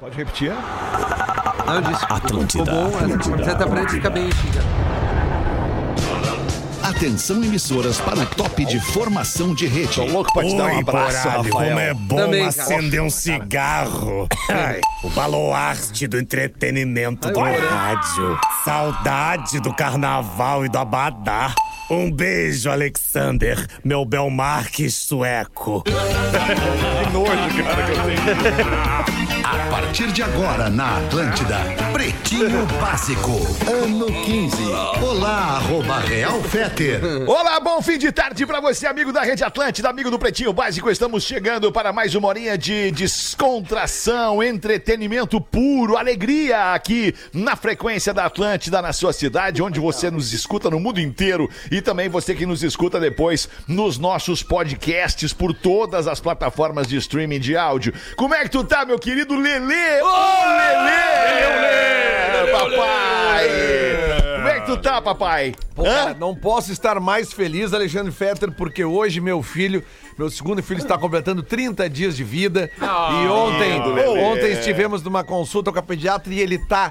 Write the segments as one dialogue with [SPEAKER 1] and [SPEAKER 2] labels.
[SPEAKER 1] Pode repetir?
[SPEAKER 2] Não, eu disse.
[SPEAKER 3] Atlântida.
[SPEAKER 2] Ficou bom, né? tá essa camiseta preta fica bem chique.
[SPEAKER 4] Atenção emissoras para top de formação de rede.
[SPEAKER 1] louco pra te dar um
[SPEAKER 5] Oi,
[SPEAKER 1] abraço,
[SPEAKER 5] Borali, como é
[SPEAKER 1] Rafael.
[SPEAKER 5] bom
[SPEAKER 2] Também, cara.
[SPEAKER 5] acender um cigarro. Ai, o baluarte do entretenimento
[SPEAKER 2] Ai,
[SPEAKER 5] do
[SPEAKER 2] olha.
[SPEAKER 5] rádio. Saudade do carnaval e do abadá. Um beijo, Alexander, meu Belmarque sueco.
[SPEAKER 1] Que nojo, cara, que eu tenho.
[SPEAKER 4] A partir de agora na Atlântida, Pretinho Básico, ano 15. Olá, arroba Real Feter.
[SPEAKER 1] Olá, bom fim de tarde pra você, amigo da Rede Atlântida, amigo do Pretinho Básico. Estamos chegando para mais uma horinha de descontração, entretenimento puro, alegria aqui na frequência da Atlântida, na sua cidade, onde você nos escuta no mundo inteiro e também você que nos escuta depois nos nossos podcasts por todas as plataformas de streaming de áudio. Como é que tu tá, meu querido Lelê? Ô, Lelê! Papai! Como é que tu tá, papai?
[SPEAKER 6] Pô, cara, não posso estar mais feliz, Alexandre Fetter, porque hoje meu filho, meu segundo filho, está completando 30 dias de vida.
[SPEAKER 1] Ah,
[SPEAKER 6] e ontem, ontem estivemos numa consulta com a pediatra e ele está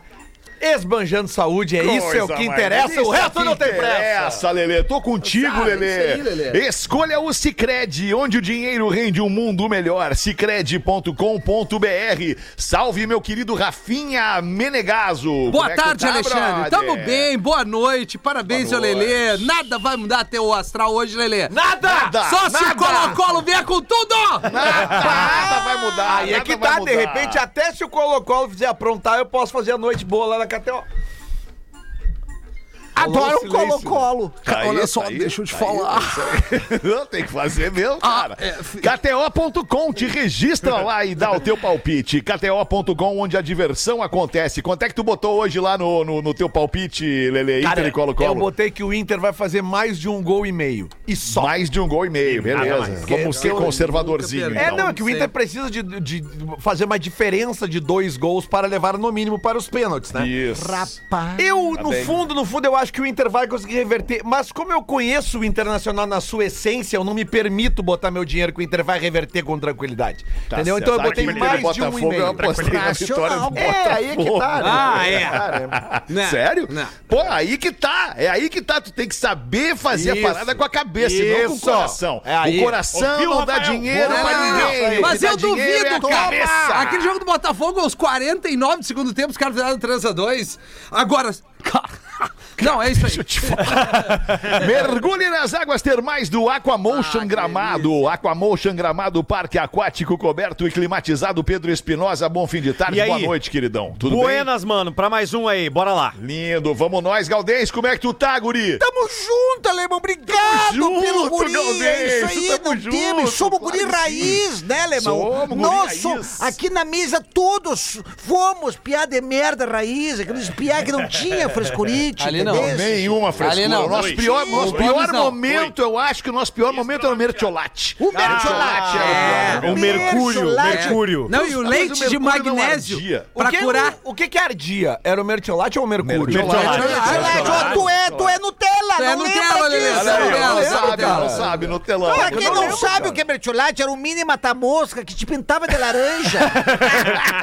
[SPEAKER 6] esbanjando saúde. É isso é
[SPEAKER 1] Coisa
[SPEAKER 6] o que
[SPEAKER 1] mais
[SPEAKER 6] interessa, o
[SPEAKER 1] delícia
[SPEAKER 6] resto
[SPEAKER 1] que
[SPEAKER 6] não tem pressa.
[SPEAKER 1] interessa, Lelê. Tô contigo,
[SPEAKER 2] Sabe,
[SPEAKER 1] Lelê.
[SPEAKER 2] isso aí, Lelê.
[SPEAKER 1] Escolha o Cicred, onde o dinheiro rende um mundo melhor. Cicred.com.br. Salve, meu querido Rafinha Menegaso. Como
[SPEAKER 2] Boa
[SPEAKER 1] é que
[SPEAKER 2] tarde,
[SPEAKER 1] tá,
[SPEAKER 2] Alexandre.
[SPEAKER 1] brother?
[SPEAKER 2] Tamo bem, boa noite.
[SPEAKER 1] Boa
[SPEAKER 2] Parabéns, seu Lelê. Nada vai mudar teu astral hoje, Lelê.
[SPEAKER 6] Nada!
[SPEAKER 1] Nada!
[SPEAKER 2] Só se
[SPEAKER 1] nada.
[SPEAKER 2] o Colo-Colo vier com tudo!
[SPEAKER 1] Nada vai mudar.
[SPEAKER 6] Aí é que
[SPEAKER 1] nada
[SPEAKER 6] tá,
[SPEAKER 1] vai
[SPEAKER 6] de
[SPEAKER 1] mudar.
[SPEAKER 6] repente, até se o Colo-Colo fizer aprontar, eu posso fazer a noite boa lá na KTO.
[SPEAKER 2] Adoro o
[SPEAKER 6] silêncio.
[SPEAKER 2] Colo-Colo.
[SPEAKER 1] Tá
[SPEAKER 3] Olha
[SPEAKER 1] aí,
[SPEAKER 3] só,
[SPEAKER 1] tá aí,
[SPEAKER 3] deixa eu te
[SPEAKER 1] tá
[SPEAKER 3] falar.
[SPEAKER 1] Não, tem que fazer mesmo,
[SPEAKER 2] Ah,
[SPEAKER 1] cara.
[SPEAKER 2] é, f-
[SPEAKER 1] KTO.com, te registra lá e dá o teu palpite. KTO.com, onde a diversão acontece. Quanto é que tu botou hoje lá no, no, no teu palpite, Lele? Inter e
[SPEAKER 6] eu
[SPEAKER 1] Colo-Colo?
[SPEAKER 6] botei que o Inter vai fazer mais de um gol e meio. E só.
[SPEAKER 1] Mais de um gol e meio, beleza. Vamos ser
[SPEAKER 2] eu
[SPEAKER 1] conservadorzinho,
[SPEAKER 2] nunca
[SPEAKER 6] É,
[SPEAKER 1] então.
[SPEAKER 2] perdi.
[SPEAKER 6] não, é que o Inter
[SPEAKER 2] sempre.
[SPEAKER 6] precisa de, de fazer uma diferença de dois gols para levar no mínimo para os pênaltis, né?
[SPEAKER 1] Isso.
[SPEAKER 6] Eu,
[SPEAKER 1] Tá
[SPEAKER 6] no
[SPEAKER 1] bem.
[SPEAKER 6] fundo, no fundo, eu acho que o Inter vai conseguir reverter. Mas como eu conheço o Internacional na sua essência, eu não me permito botar meu dinheiro que o Inter vai reverter com tranquilidade.
[SPEAKER 1] Tá
[SPEAKER 6] entendeu?
[SPEAKER 1] certo.
[SPEAKER 6] Então eu botei
[SPEAKER 1] Aqui no
[SPEAKER 6] mais de um
[SPEAKER 1] Botafogo,
[SPEAKER 6] e
[SPEAKER 1] eu
[SPEAKER 6] meio.
[SPEAKER 1] apostei na é vitória do
[SPEAKER 6] É, aí que tá. né?
[SPEAKER 2] Ah, é. Né?
[SPEAKER 1] Sério?
[SPEAKER 2] Né?
[SPEAKER 1] Pô, aí que tá. É aí que tá. Tu tem que saber fazer
[SPEAKER 6] Isso.
[SPEAKER 1] a parada com a cabeça e não com o
[SPEAKER 6] Isso.
[SPEAKER 1] coração.
[SPEAKER 6] É aí.
[SPEAKER 1] o coração
[SPEAKER 5] Ouviu,
[SPEAKER 1] não dá
[SPEAKER 5] Rafael?
[SPEAKER 1] dinheiro
[SPEAKER 2] Não,
[SPEAKER 1] pra
[SPEAKER 2] não, não,
[SPEAKER 1] ninguém.
[SPEAKER 2] Mas
[SPEAKER 1] O que
[SPEAKER 2] eu
[SPEAKER 1] dá dinheiro é a
[SPEAKER 2] duvido, cara.
[SPEAKER 1] cabeça.
[SPEAKER 2] Aquele jogo do Botafogo, aos 49 do segundo tempo, os caras viraram 3 a 2 Agora. Não, é isso aí.
[SPEAKER 1] Mergulhe nas águas termais do Aquamotion Gramado. Aquamotion Gramado, parque aquático coberto e climatizado. Pedro Espinosa, bom fim de tarde,
[SPEAKER 5] E aí?
[SPEAKER 1] boa noite, queridão. Tudo bem?
[SPEAKER 5] Buenas, mano, pra mais um aí, bora lá.
[SPEAKER 1] Lindo, vamos nós, Galdês, como é que tu tá, guri?
[SPEAKER 7] Tamo junto, Alemão. Obrigado
[SPEAKER 1] Tamo
[SPEAKER 7] pelo
[SPEAKER 1] junto,
[SPEAKER 7] guri. é isso
[SPEAKER 1] Galdêncio,
[SPEAKER 7] aí,
[SPEAKER 1] tamo
[SPEAKER 7] não temos.
[SPEAKER 1] junto,
[SPEAKER 7] Somos guri
[SPEAKER 1] claro que
[SPEAKER 7] raiz, né, Alemão?
[SPEAKER 1] Somos guri
[SPEAKER 7] Nosso,
[SPEAKER 1] raiz.
[SPEAKER 7] aqui na mesa todos fomos piada de merda raiz, aqueles piá que não tinha frescurite.
[SPEAKER 2] Ali não.
[SPEAKER 7] entendeu?
[SPEAKER 1] Nenhuma frescura.
[SPEAKER 2] Ali não.
[SPEAKER 1] O nosso
[SPEAKER 2] Oi.
[SPEAKER 1] pior, nosso
[SPEAKER 2] Oi.
[SPEAKER 1] pior
[SPEAKER 2] Vamos não.
[SPEAKER 1] momento, eu acho que o nosso pior momento é o Mertiolate.
[SPEAKER 7] O mertiolate.
[SPEAKER 1] Ah, é o pior.
[SPEAKER 5] O mercúrio,
[SPEAKER 7] mertiolate.
[SPEAKER 5] mercúrio.
[SPEAKER 2] É. Não, e o
[SPEAKER 1] Mas
[SPEAKER 2] leite
[SPEAKER 1] o mercúrio
[SPEAKER 2] de
[SPEAKER 1] não
[SPEAKER 2] magnésio
[SPEAKER 1] ardia.
[SPEAKER 6] O
[SPEAKER 2] pra
[SPEAKER 6] que,
[SPEAKER 2] curar.
[SPEAKER 6] O, que que ardia? Era o mertiolate ou o mercúrio?
[SPEAKER 1] Mertiolate.
[SPEAKER 7] Mertiolate, ó, tu é, tu é Nutella,
[SPEAKER 2] Tu é
[SPEAKER 7] não lembra
[SPEAKER 2] Nutella, Lelê.
[SPEAKER 7] disso.
[SPEAKER 1] Olha aí,
[SPEAKER 2] Nutella,
[SPEAKER 1] não
[SPEAKER 2] Nutella.
[SPEAKER 1] sabe, não sabe, no telão.
[SPEAKER 7] Pra quem não,
[SPEAKER 1] lembro,
[SPEAKER 7] sabe
[SPEAKER 1] cara.
[SPEAKER 7] o que é mertiolate, era o mini mata-mosca que te pintava de laranja.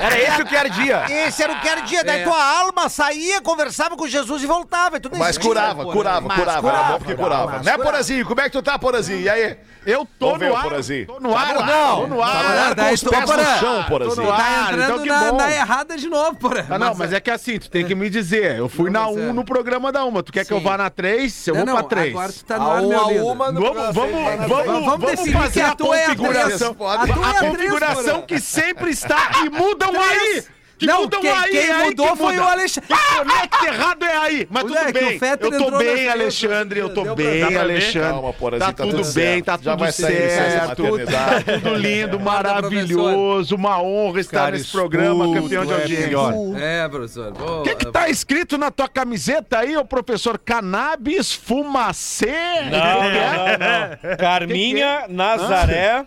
[SPEAKER 6] Era esse o que ardia.
[SPEAKER 7] Esse era o que era dia. Daí
[SPEAKER 2] É.
[SPEAKER 7] tua alma saía, conversava com Jesus e voltava. E tu nem
[SPEAKER 1] Mas
[SPEAKER 7] sentia.
[SPEAKER 1] curava, curava,
[SPEAKER 7] Mas
[SPEAKER 1] curava. Era bom porque
[SPEAKER 7] curava,
[SPEAKER 1] curava.
[SPEAKER 7] mas
[SPEAKER 1] Né,
[SPEAKER 7] curava.
[SPEAKER 1] Porazinho? Como é que tu tá, Porazinho? E aí?
[SPEAKER 8] Eu tô
[SPEAKER 1] Vamos ver
[SPEAKER 8] no
[SPEAKER 1] o
[SPEAKER 8] ar.
[SPEAKER 9] assim.
[SPEAKER 1] Porazinho.
[SPEAKER 8] Tô no
[SPEAKER 1] Tá
[SPEAKER 8] ar,
[SPEAKER 1] no ar,
[SPEAKER 8] não.
[SPEAKER 1] tô no
[SPEAKER 8] Tá
[SPEAKER 1] ar.
[SPEAKER 2] Ah,
[SPEAKER 1] com
[SPEAKER 2] daí
[SPEAKER 1] os
[SPEAKER 2] tu-
[SPEAKER 1] pés no
[SPEAKER 2] Porã,
[SPEAKER 1] chão,
[SPEAKER 8] tô
[SPEAKER 1] Porazinho.
[SPEAKER 8] no ar.
[SPEAKER 2] Tá
[SPEAKER 8] Ah, então
[SPEAKER 2] entrando
[SPEAKER 8] que
[SPEAKER 2] na,
[SPEAKER 8] bom.
[SPEAKER 2] na errada de novo, porra.
[SPEAKER 8] Ah, não, mas é que assim, tu tem que me dizer. Eu fui
[SPEAKER 2] Não,
[SPEAKER 8] na
[SPEAKER 2] mas é.
[SPEAKER 8] 1 no programa da 1. Tu quer que eu
[SPEAKER 2] Sim.
[SPEAKER 8] vá na 3? Eu
[SPEAKER 2] Não,
[SPEAKER 8] vou
[SPEAKER 2] não,
[SPEAKER 8] pra 3.
[SPEAKER 2] Agora tu tá no
[SPEAKER 6] A
[SPEAKER 2] ar, meu
[SPEAKER 6] uma,
[SPEAKER 2] lindo.
[SPEAKER 6] uma, no
[SPEAKER 8] Vamos, vamos, vamos,
[SPEAKER 2] Vamos
[SPEAKER 8] vamos
[SPEAKER 2] decidir
[SPEAKER 8] fazer
[SPEAKER 2] que a
[SPEAKER 8] a
[SPEAKER 2] tua é a três.
[SPEAKER 8] configuração.
[SPEAKER 2] A tua é a
[SPEAKER 8] A
[SPEAKER 2] três,
[SPEAKER 8] configuração
[SPEAKER 2] Porã.
[SPEAKER 8] que sempre está e mudam aí. Que
[SPEAKER 2] Não,
[SPEAKER 8] mudam
[SPEAKER 2] quem-
[SPEAKER 8] aí,
[SPEAKER 2] quem
[SPEAKER 8] é aí
[SPEAKER 2] mudou
[SPEAKER 8] que
[SPEAKER 2] foi
[SPEAKER 8] muda.
[SPEAKER 2] o Alexandre.
[SPEAKER 8] Quem
[SPEAKER 10] Ah!
[SPEAKER 8] conecta errado é aí. Mas
[SPEAKER 2] Olha,
[SPEAKER 8] tudo
[SPEAKER 2] que o
[SPEAKER 8] bem.
[SPEAKER 2] Fetter
[SPEAKER 8] Eu tô
[SPEAKER 2] entrou
[SPEAKER 8] bem,
[SPEAKER 2] nas
[SPEAKER 8] Alexandre. Eu tô
[SPEAKER 2] Deu pra- Dá
[SPEAKER 8] bem,
[SPEAKER 5] pra ver?
[SPEAKER 8] Alexandre.
[SPEAKER 1] Calma, Porazinho,
[SPEAKER 8] Tá tudo bem, tá
[SPEAKER 1] Já
[SPEAKER 8] tudo
[SPEAKER 1] vai sair licença
[SPEAKER 8] certo.
[SPEAKER 1] maternidade.
[SPEAKER 8] Tudo lindo, maravilhoso.
[SPEAKER 2] professor.
[SPEAKER 8] Uma honra estar
[SPEAKER 5] Cara,
[SPEAKER 8] nesse programa,
[SPEAKER 5] escuto,
[SPEAKER 8] campeão de
[SPEAKER 5] é
[SPEAKER 8] audiência.
[SPEAKER 2] É, professor. Boa.
[SPEAKER 8] O que, que tá escrito na tua camiseta aí, ô professor? Cannabis, fumacê? é
[SPEAKER 9] É,
[SPEAKER 3] É,
[SPEAKER 9] Ah,
[SPEAKER 5] Não, não, não, não. Carminha, Nazaré,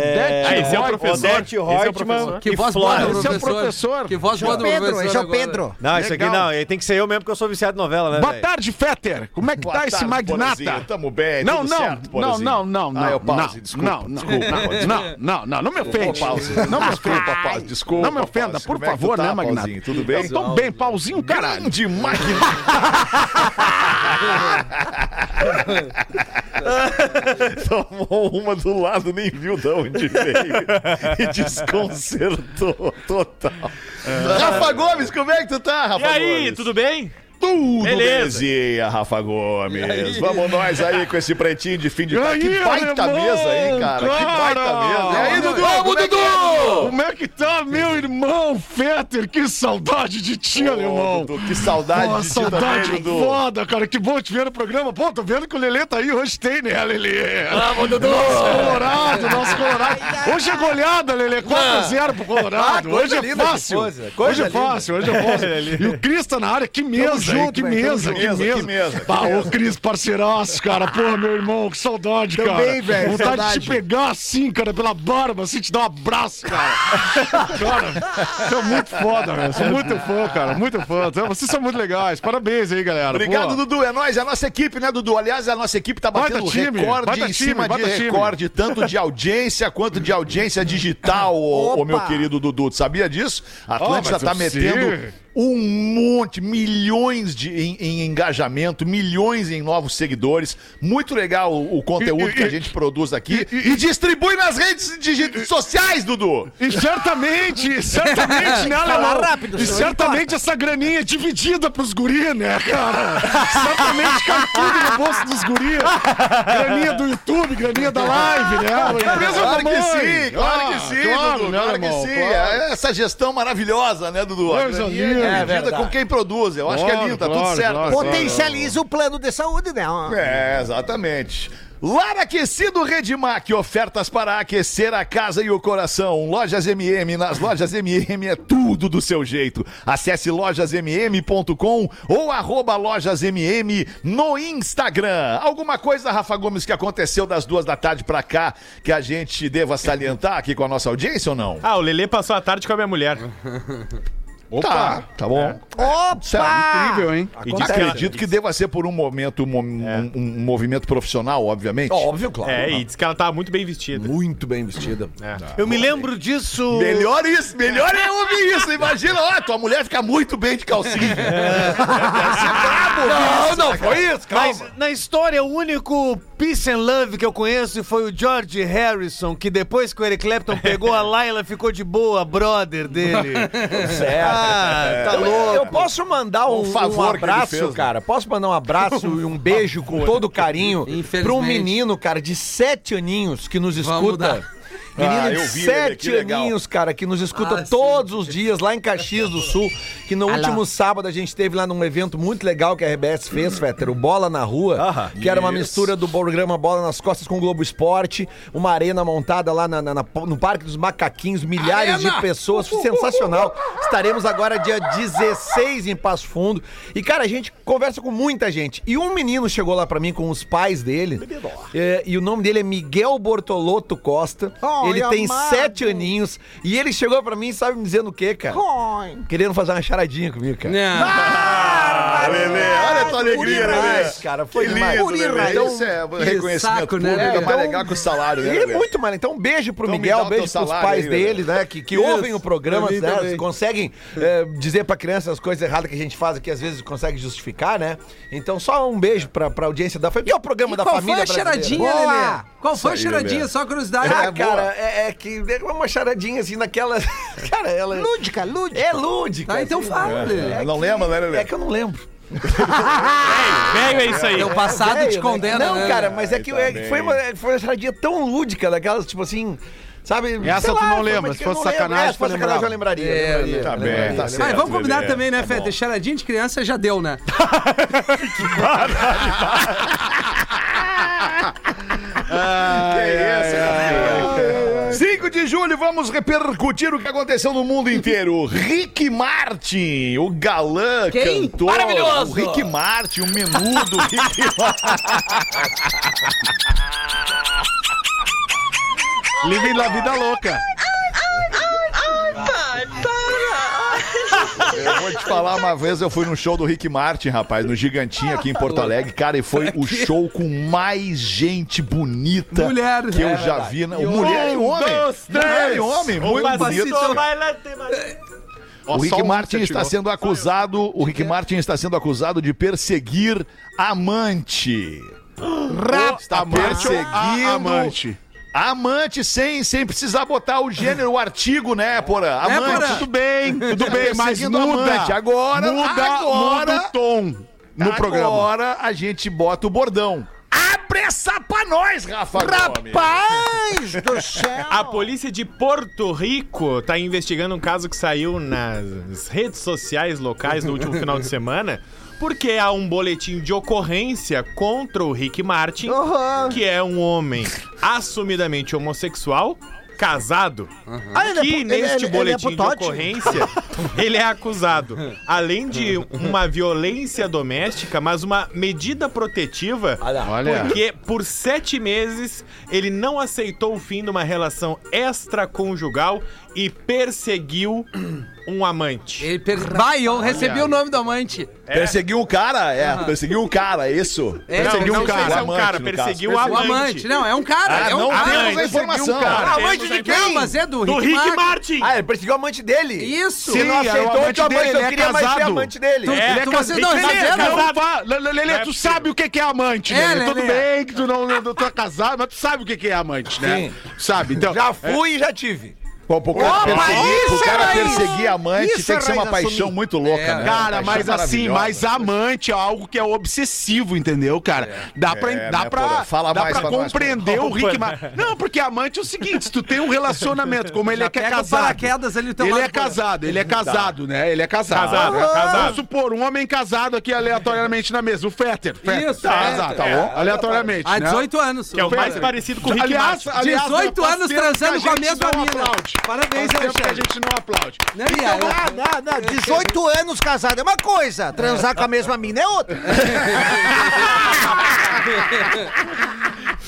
[SPEAKER 10] Odete
[SPEAKER 3] esse é o
[SPEAKER 10] Roy-
[SPEAKER 3] professor.
[SPEAKER 10] Odete
[SPEAKER 3] Esse é o
[SPEAKER 10] Reutemann
[SPEAKER 3] professor.
[SPEAKER 2] Que
[SPEAKER 10] e
[SPEAKER 2] voz boa do
[SPEAKER 10] Flora. Esse é o
[SPEAKER 2] professor.
[SPEAKER 10] professor.
[SPEAKER 2] Que voz boa do
[SPEAKER 7] Pedro,
[SPEAKER 2] professor.
[SPEAKER 7] esse é o
[SPEAKER 2] agora.
[SPEAKER 7] Pedro.
[SPEAKER 3] Não, isso aqui
[SPEAKER 10] Legal.
[SPEAKER 3] não. Tem que ser eu mesmo, porque eu sou viciado em novela, né?
[SPEAKER 10] Boa
[SPEAKER 3] velho?
[SPEAKER 10] tarde, Fetter. Como é que
[SPEAKER 1] Boa
[SPEAKER 10] tá esse
[SPEAKER 1] tarde,
[SPEAKER 10] magnata?
[SPEAKER 1] Porazinho. Tamo bem,
[SPEAKER 10] Não,
[SPEAKER 1] tudo
[SPEAKER 10] não,
[SPEAKER 1] certo,
[SPEAKER 10] não,
[SPEAKER 1] Porazinho?
[SPEAKER 10] não, não, não.
[SPEAKER 1] Ah, é o Pause,
[SPEAKER 10] não,
[SPEAKER 1] desculpa,
[SPEAKER 10] Não, não,
[SPEAKER 1] desculpa,
[SPEAKER 10] não, não, não, não, não me
[SPEAKER 1] Ô,
[SPEAKER 10] ofende.
[SPEAKER 1] Pause,
[SPEAKER 10] Não me ofende.
[SPEAKER 1] desculpa, Pause, desculpa.
[SPEAKER 10] Não me ofenda,
[SPEAKER 1] Pause.
[SPEAKER 10] por
[SPEAKER 1] Como é que tu
[SPEAKER 10] favor,
[SPEAKER 1] tá,
[SPEAKER 10] né, Magnata?
[SPEAKER 1] Pauzinho? Tudo bem?
[SPEAKER 10] Eu tô bem, pauzinho, caralho.
[SPEAKER 1] Grande Magnata. Tomou uma do lado, nem viu de onde veio. E desconcertou total. Rafa Gomes, como é que tu tá, Rafa
[SPEAKER 3] E aí,
[SPEAKER 1] Gomes?
[SPEAKER 3] tudo bem?
[SPEAKER 1] Tudo
[SPEAKER 3] Beleza.
[SPEAKER 1] belezinha, Rafa Gomes. Vamos nós aí com esse pretinho de fim de
[SPEAKER 10] E
[SPEAKER 1] tarde.
[SPEAKER 10] aí,
[SPEAKER 1] Que baita
[SPEAKER 10] alemão,
[SPEAKER 1] mesa aí, cara. Que baita
[SPEAKER 10] cara.
[SPEAKER 1] mesa. E aí, Dudu?
[SPEAKER 10] Vamos,
[SPEAKER 1] como é que é, Dudu?
[SPEAKER 10] Como é que tá, meu irmão Fetter? Que saudade de ti,
[SPEAKER 1] Ô,
[SPEAKER 10] alemão.
[SPEAKER 1] Dudu, que saudade
[SPEAKER 10] Pô,
[SPEAKER 1] de ti
[SPEAKER 10] saudade
[SPEAKER 1] também, Dudu.
[SPEAKER 10] foda, cara. Que bom te ver no programa. Pô, tô vendo que o Lelê tá aí. Hoje tem, né, Lelê?
[SPEAKER 3] Vamos, Dudu!
[SPEAKER 10] Nosso Colorado, nosso Colorado. Hoje é goleada, Lelê. 4x0 pro
[SPEAKER 6] Ah,
[SPEAKER 10] Colorado.
[SPEAKER 6] coisa
[SPEAKER 10] Hoje é
[SPEAKER 6] linda que
[SPEAKER 10] fácil.
[SPEAKER 6] coisa, coisa
[SPEAKER 10] Hoje é
[SPEAKER 6] linda.
[SPEAKER 10] fácil, hoje é fácil. E o Cris tá na área. Que mesa, hein?
[SPEAKER 6] junto,
[SPEAKER 10] Que
[SPEAKER 6] velho, tamo
[SPEAKER 10] mesa,
[SPEAKER 1] junto.
[SPEAKER 10] que
[SPEAKER 1] Mesa, que
[SPEAKER 10] mesa.
[SPEAKER 1] mesa, que
[SPEAKER 10] Bah,
[SPEAKER 1] mesa.
[SPEAKER 10] ô, Cris, parceiraço, cara. Pô, meu irmão, que saudade, cara.
[SPEAKER 7] Também, velho,
[SPEAKER 10] Vontade de
[SPEAKER 7] saudade.
[SPEAKER 10] te pegar assim, cara, pela barba, assim, te dar um abraço, cara. cara, tu é muito foda, velho. Sou muito fã, cara. Muito fã. Tu- Vocês são muito legais. Parabéns aí, galera.
[SPEAKER 1] Obrigado,
[SPEAKER 10] Pô.
[SPEAKER 1] Dudu. É nós, é a nossa equipe, né, Dudu? Aliás, a nossa equipe tá
[SPEAKER 10] Baita
[SPEAKER 1] batendo
[SPEAKER 10] time,
[SPEAKER 1] recorde
[SPEAKER 10] baita
[SPEAKER 1] em
[SPEAKER 10] time,
[SPEAKER 1] cima de
[SPEAKER 10] baita time.
[SPEAKER 1] recorde, tanto de audiência quanto de audiência digital, ô, ô, meu querido Dudu. Tu sabia disso? A Atlântida
[SPEAKER 10] Oh, mas
[SPEAKER 1] tá
[SPEAKER 10] eu
[SPEAKER 1] metendo
[SPEAKER 10] sei.
[SPEAKER 1] um monte, milhões de, em, em engajamento, milhões em novos seguidores. Muito legal o, o conteúdo
[SPEAKER 10] E- e-
[SPEAKER 1] que a gente produz aqui.
[SPEAKER 10] e-
[SPEAKER 1] E, distribui nas redes digi- sociais, Dudu!
[SPEAKER 10] E certamente, certamente, né, Alemão?
[SPEAKER 7] rápido,
[SPEAKER 10] e
[SPEAKER 7] senão
[SPEAKER 10] certamente essa graninha é dividida pros guris, né, cara? certamente cai tudo no bolso dos guris. Graninha do YouTube, graninha da live, né? A Empresa
[SPEAKER 1] Claro
[SPEAKER 10] da
[SPEAKER 1] que
[SPEAKER 10] mãe.
[SPEAKER 1] sim, claro
[SPEAKER 10] Ah,
[SPEAKER 1] que sim, Dudu,
[SPEAKER 10] né,
[SPEAKER 1] claro
[SPEAKER 10] Alemão?
[SPEAKER 1] que sim.
[SPEAKER 10] Claro.
[SPEAKER 1] É Essa gestão maravilhosa, né, Dudu? A
[SPEAKER 10] Coisa
[SPEAKER 1] graninha
[SPEAKER 10] linda.
[SPEAKER 1] é
[SPEAKER 10] É
[SPEAKER 1] dividida com quem produz. Eu acho que é
[SPEAKER 10] Claro,
[SPEAKER 1] lindo, tá tudo
[SPEAKER 10] claro,
[SPEAKER 1] certo.
[SPEAKER 10] claro, claro.
[SPEAKER 7] Potencializa o plano de saúde, né?
[SPEAKER 1] É, exatamente. Lar Aquecido Redmac, ofertas para aquecer a casa e o coração. Lojas MM, nas lojas MM é tudo do seu jeito. Acesse lojasmm.com ou arroba lojasmm no Instagram. Alguma coisa, Rafa Gomes, que aconteceu das duas da tarde pra cá que a gente deva salientar aqui com a nossa audiência ou não?
[SPEAKER 3] Ah, o Lelê passou a tarde com a minha mulher.
[SPEAKER 10] Ah,
[SPEAKER 1] Tá, tá bom.
[SPEAKER 7] Opa!
[SPEAKER 9] Incrível, hein?
[SPEAKER 3] E disse que ela-
[SPEAKER 1] tá. Acredito que deva ser por um momento, um, mo-
[SPEAKER 10] É.
[SPEAKER 1] um- um movimento profissional, obviamente.
[SPEAKER 6] Óbvio, claro.
[SPEAKER 3] É, e disse que ela tava muito bem vestida.
[SPEAKER 6] Muito bem vestida.
[SPEAKER 3] Eu me lembro disso.
[SPEAKER 1] Melhor isso, melhor é ouvir isso. Imagina, ó, tua mulher fica muito bem de calcinha. Deve ser
[SPEAKER 6] Ah,
[SPEAKER 1] brabo ouvir isso, né, cara?
[SPEAKER 3] Mas
[SPEAKER 6] isso,
[SPEAKER 3] na história, o único peace and love que eu conheço foi o George Harrison, que depois que o Eric Clapton pegou a Laila, ficou de boa, brother dele.
[SPEAKER 6] Ah, tá louco. Eu posso mandar um,
[SPEAKER 1] Um favor
[SPEAKER 6] um
[SPEAKER 1] que ele
[SPEAKER 6] abraço,
[SPEAKER 1] fez, né?
[SPEAKER 6] cara. Posso mandar um abraço e um beijo com todo carinho
[SPEAKER 2] Infelizmente.
[SPEAKER 6] pra um menino, cara, de sete aninhos que nos
[SPEAKER 2] Vamos
[SPEAKER 6] escuta.
[SPEAKER 2] mudar.
[SPEAKER 6] Menino
[SPEAKER 1] Ah,
[SPEAKER 6] de
[SPEAKER 1] eu vi ele, que
[SPEAKER 6] sete
[SPEAKER 1] legal.
[SPEAKER 6] aninhos, cara, que nos escuta
[SPEAKER 2] Ah, sim.
[SPEAKER 6] todos os dias lá em Caxias do Sul. Que no último sábado a gente teve lá num evento muito legal que a RBS fez, Fetter, o Bola na Rua, que era uma
[SPEAKER 1] Isso.
[SPEAKER 6] mistura do programa Bola nas Costas com o Globo Esporte, uma arena montada lá na- na- na- no Parque dos Macaquinhos, milhares de
[SPEAKER 2] Arena!
[SPEAKER 6] pessoas, sensacional. Estaremos agora dia 16 em Passo Fundo. E, cara, a gente conversa com muita gente. E um menino chegou lá pra mim com os pais dele. É, e o nome dele é Miguel Bortolotto Costa.
[SPEAKER 7] Ai,
[SPEAKER 6] ele tem
[SPEAKER 7] amado.
[SPEAKER 6] sete aninhos. E ele chegou pra mim, e sabe me dizendo o quê, cara?
[SPEAKER 7] Põe.
[SPEAKER 6] Querendo fazer uma charadinha comigo, cara.
[SPEAKER 2] Não.
[SPEAKER 1] Ah, Lelê, Né? olha a tua alegria, Lelê.
[SPEAKER 6] demais, cara, foi
[SPEAKER 1] que
[SPEAKER 6] demais.
[SPEAKER 1] lindo, né,
[SPEAKER 6] Por
[SPEAKER 1] Lelê.
[SPEAKER 6] demais.
[SPEAKER 1] Isso é
[SPEAKER 2] Que
[SPEAKER 1] reconhecimento
[SPEAKER 2] saco, né,
[SPEAKER 1] público, é
[SPEAKER 2] Lelê?
[SPEAKER 1] mais legal que o salário, né,
[SPEAKER 6] Ele é
[SPEAKER 1] Lelê?
[SPEAKER 6] muito mal. Então, um beijo pro
[SPEAKER 1] Então me dá
[SPEAKER 6] Miguel,
[SPEAKER 1] o
[SPEAKER 6] beijo
[SPEAKER 1] teu
[SPEAKER 6] pros
[SPEAKER 1] salário
[SPEAKER 6] pais
[SPEAKER 1] aí,
[SPEAKER 6] dele, né? Que, que
[SPEAKER 2] Isso.
[SPEAKER 6] ouvem o programa,
[SPEAKER 2] Pra mim
[SPEAKER 6] né?
[SPEAKER 2] também.
[SPEAKER 6] Conseguem eh, dizer pra criança as coisas erradas que a gente faz aqui, às vezes consegue justificar, né? Então, só um beijo pra, pra audiência da família. Que é o programa
[SPEAKER 2] E
[SPEAKER 6] da
[SPEAKER 2] qual
[SPEAKER 6] família.
[SPEAKER 2] foi a
[SPEAKER 6] brasileira.
[SPEAKER 2] charadinha,
[SPEAKER 6] Boa!
[SPEAKER 2] Lelê? Qual foi a
[SPEAKER 1] Isso aí, Lelê.
[SPEAKER 2] charadinha? Só curiosidade.
[SPEAKER 6] Ah,
[SPEAKER 1] É boa.
[SPEAKER 6] cara, é, é que é uma charadinha assim naquela. Cara, ela.
[SPEAKER 7] Lúdica, lúdica.
[SPEAKER 6] É lúdica.
[SPEAKER 2] Tá, então
[SPEAKER 6] assim,
[SPEAKER 2] fala, Lelê.
[SPEAKER 1] Não lembra, né, Lelê?
[SPEAKER 6] É que eu não lembro.
[SPEAKER 3] Velho, é isso aí.
[SPEAKER 2] Teu passado
[SPEAKER 6] Velho,
[SPEAKER 2] te
[SPEAKER 6] né?
[SPEAKER 2] condena,
[SPEAKER 6] Não,
[SPEAKER 2] né?
[SPEAKER 6] cara, mas é
[SPEAKER 1] Ai,
[SPEAKER 6] que
[SPEAKER 1] tá
[SPEAKER 6] é-
[SPEAKER 1] bem.
[SPEAKER 6] foi, uma, foi uma charadinha tão lúdica, daquelas, tipo assim, sabe?
[SPEAKER 10] Essa
[SPEAKER 6] sei
[SPEAKER 10] tu não
[SPEAKER 6] foi uma
[SPEAKER 10] lembra,
[SPEAKER 6] que
[SPEAKER 10] se
[SPEAKER 6] eu não
[SPEAKER 10] fosse
[SPEAKER 6] lembro.
[SPEAKER 10] sacanagem,
[SPEAKER 6] É, se fosse
[SPEAKER 10] tu
[SPEAKER 6] sacanagem, eu
[SPEAKER 10] lembrava.
[SPEAKER 6] lembraria.
[SPEAKER 2] É,
[SPEAKER 6] lembraria,
[SPEAKER 1] Tá
[SPEAKER 6] lembraria.
[SPEAKER 1] bem, tá certo.
[SPEAKER 2] Mas vamos
[SPEAKER 1] Lelê.
[SPEAKER 2] combinar também, né,
[SPEAKER 1] Tá
[SPEAKER 2] Feta?
[SPEAKER 1] bom.
[SPEAKER 2] Charadinha de criança já deu, né?
[SPEAKER 1] Que isso, cara? 5 né? de julho, vamos repercutir o que aconteceu no mundo inteiro. Rick Martin, o galã,
[SPEAKER 2] Quem?
[SPEAKER 1] cantor.
[SPEAKER 2] Maravilhoso!
[SPEAKER 1] O Rick Martin, o menudo Rick Martin.
[SPEAKER 10] Living La Vida Louca.
[SPEAKER 1] Eu vou te falar uma vez, eu fui num show do Rick Martin, rapaz, no Gigantinho aqui em Porto Alegre, cara, e foi o show com mais gente bonita
[SPEAKER 2] Mulher.
[SPEAKER 1] que eu
[SPEAKER 2] É
[SPEAKER 1] já vi. na- Mulher e homem. Mulher e homem, muito bonito.
[SPEAKER 10] Ó,
[SPEAKER 1] O
[SPEAKER 10] só
[SPEAKER 1] Rick
[SPEAKER 10] um
[SPEAKER 1] Martin
[SPEAKER 10] você
[SPEAKER 1] está
[SPEAKER 10] tirou.
[SPEAKER 1] sendo acusado, o Rick Martin está sendo acusado de perseguir amante.
[SPEAKER 10] Amante ou
[SPEAKER 1] Está
[SPEAKER 10] a
[SPEAKER 1] perseguindo
[SPEAKER 10] amante.
[SPEAKER 1] amante sem, sem precisar botar o gênero, o artigo, né, Porã? Amante,
[SPEAKER 2] Porã?
[SPEAKER 1] tudo bem.
[SPEAKER 10] Bem, tudo bem, mas
[SPEAKER 1] Perseguindo
[SPEAKER 10] muda.
[SPEAKER 1] amante. Agora-
[SPEAKER 10] muda,
[SPEAKER 1] agora-
[SPEAKER 10] muda o tom no programa.
[SPEAKER 1] Agora a gente bota o bordão. Abre essa pra nós, Rafa Gomes.
[SPEAKER 7] Rapaz do céu!
[SPEAKER 9] A polícia de Porto Rico tá investigando um caso que saiu nas redes sociais locais no último final de semana. Porque há um boletim de ocorrência contra o Rick Martin, que é um homem assumidamente homossexual, casado,
[SPEAKER 7] Ah, ele é
[SPEAKER 9] que
[SPEAKER 7] po- ele- ele-
[SPEAKER 9] neste
[SPEAKER 7] ele é
[SPEAKER 9] boletim de
[SPEAKER 7] potote?
[SPEAKER 9] ocorrência ele é acusado, além de uma violência doméstica, mas uma medida protetiva
[SPEAKER 1] Olha.
[SPEAKER 9] porque por sete meses ele não aceitou o fim de uma relação extraconjugal e perseguiu um amante.
[SPEAKER 2] Ele per... Vai, eu recebi o nome do amante.
[SPEAKER 1] Perseguiu o cara, é. Perseguiu o cara, é isso.
[SPEAKER 2] É,
[SPEAKER 1] perseguiu
[SPEAKER 2] não
[SPEAKER 1] o
[SPEAKER 2] sei
[SPEAKER 1] cara.
[SPEAKER 9] se é um
[SPEAKER 1] o amante,
[SPEAKER 9] cara,
[SPEAKER 1] no
[SPEAKER 9] perseguiu
[SPEAKER 1] caso.
[SPEAKER 9] a-
[SPEAKER 2] Ah, O
[SPEAKER 9] Amante.
[SPEAKER 2] amante. Não, é um cara.
[SPEAKER 1] Ah,
[SPEAKER 2] é um
[SPEAKER 1] não
[SPEAKER 2] cara. Ah,
[SPEAKER 1] temos a informação.
[SPEAKER 9] cara.
[SPEAKER 2] amante de quem? Mas é do,
[SPEAKER 9] Do
[SPEAKER 2] Rick,
[SPEAKER 9] Rick
[SPEAKER 2] Martin.
[SPEAKER 9] Martin!
[SPEAKER 6] Ah, ele perseguiu o amante dele.
[SPEAKER 2] Isso.
[SPEAKER 10] Sim,
[SPEAKER 6] Ele não
[SPEAKER 10] era o
[SPEAKER 6] aceitou
[SPEAKER 10] amante
[SPEAKER 6] que o amante
[SPEAKER 10] dele,
[SPEAKER 6] eu
[SPEAKER 10] é
[SPEAKER 6] queria mais ser
[SPEAKER 10] casado.
[SPEAKER 6] amante dele.
[SPEAKER 2] Tu-
[SPEAKER 9] É,
[SPEAKER 2] tu- você não,
[SPEAKER 9] Beleza,
[SPEAKER 2] exagera,
[SPEAKER 9] cara.
[SPEAKER 2] não.
[SPEAKER 10] Não vá- Lê, Lê, Lê, Lê,
[SPEAKER 9] Não é
[SPEAKER 10] tu
[SPEAKER 9] possível.
[SPEAKER 10] sabe o que que é amante,
[SPEAKER 2] É,
[SPEAKER 10] né?
[SPEAKER 2] Lê,
[SPEAKER 10] Tudo
[SPEAKER 2] Lê.
[SPEAKER 10] bem que tu não, não, tu é casado, mas tu sabe o que que é amante, né? Sabe, então...
[SPEAKER 6] Já fui e já tive.
[SPEAKER 1] Pô, pro cara,
[SPEAKER 10] Opa,
[SPEAKER 1] perseguir, pro
[SPEAKER 10] isso é
[SPEAKER 1] cara
[SPEAKER 10] raiz.
[SPEAKER 1] perseguir amante
[SPEAKER 10] Isso
[SPEAKER 1] tem
[SPEAKER 10] é
[SPEAKER 1] que ser uma
[SPEAKER 10] raiz
[SPEAKER 1] paixão
[SPEAKER 10] assumir.
[SPEAKER 1] muito louca,
[SPEAKER 2] É.
[SPEAKER 1] né?
[SPEAKER 10] Cara,
[SPEAKER 1] Uma
[SPEAKER 10] mas
[SPEAKER 1] paixão
[SPEAKER 10] assim,
[SPEAKER 1] maravilhosa.
[SPEAKER 10] mas amante é algo que é obsessivo, entendeu, cara? Dá pra,
[SPEAKER 1] É,
[SPEAKER 10] dá
[SPEAKER 1] né, Porã?
[SPEAKER 10] pra,
[SPEAKER 1] Fala
[SPEAKER 10] dá
[SPEAKER 1] mais
[SPEAKER 10] pra
[SPEAKER 1] pra nós,
[SPEAKER 10] compreender o Rick Martin. Não, porque amante é o seguinte, se tu tem um relacionamento, como ele
[SPEAKER 2] né? Já
[SPEAKER 10] é que é
[SPEAKER 2] pega o
[SPEAKER 10] casado.
[SPEAKER 2] paraquedas ali então, do teu
[SPEAKER 10] Ele
[SPEAKER 2] lado,
[SPEAKER 10] é
[SPEAKER 2] Porã.
[SPEAKER 10] casado, ele é
[SPEAKER 1] Tá.
[SPEAKER 10] casado, né? Ele é casado.
[SPEAKER 9] Casado, é casado.
[SPEAKER 10] Vamos supor, um homem casado aqui aleatoriamente na mesa, o Fetter. Fetter,
[SPEAKER 2] Isso,
[SPEAKER 10] tá
[SPEAKER 2] Fetter. Ah,
[SPEAKER 10] casado,
[SPEAKER 1] É,
[SPEAKER 10] tá bom? Aleatoriamente,
[SPEAKER 2] Há
[SPEAKER 10] né?
[SPEAKER 2] 18 anos.
[SPEAKER 9] que é o mais
[SPEAKER 10] Pera.
[SPEAKER 9] parecido com o Rick
[SPEAKER 10] aliás,
[SPEAKER 9] Martin.
[SPEAKER 10] aliás,
[SPEAKER 2] 18
[SPEAKER 10] faz
[SPEAKER 2] anos
[SPEAKER 10] tempo que
[SPEAKER 2] transando com a
[SPEAKER 10] gente
[SPEAKER 2] mesma
[SPEAKER 10] não
[SPEAKER 2] mina.
[SPEAKER 10] aplaude.
[SPEAKER 2] Parabéns,
[SPEAKER 10] Faz tempo que a
[SPEAKER 2] Alexandre.
[SPEAKER 10] gente não aplaude.
[SPEAKER 2] Né, Bia?
[SPEAKER 7] Não, não, não. 18 anos casado é uma coisa, transar com a mesma mina é outra.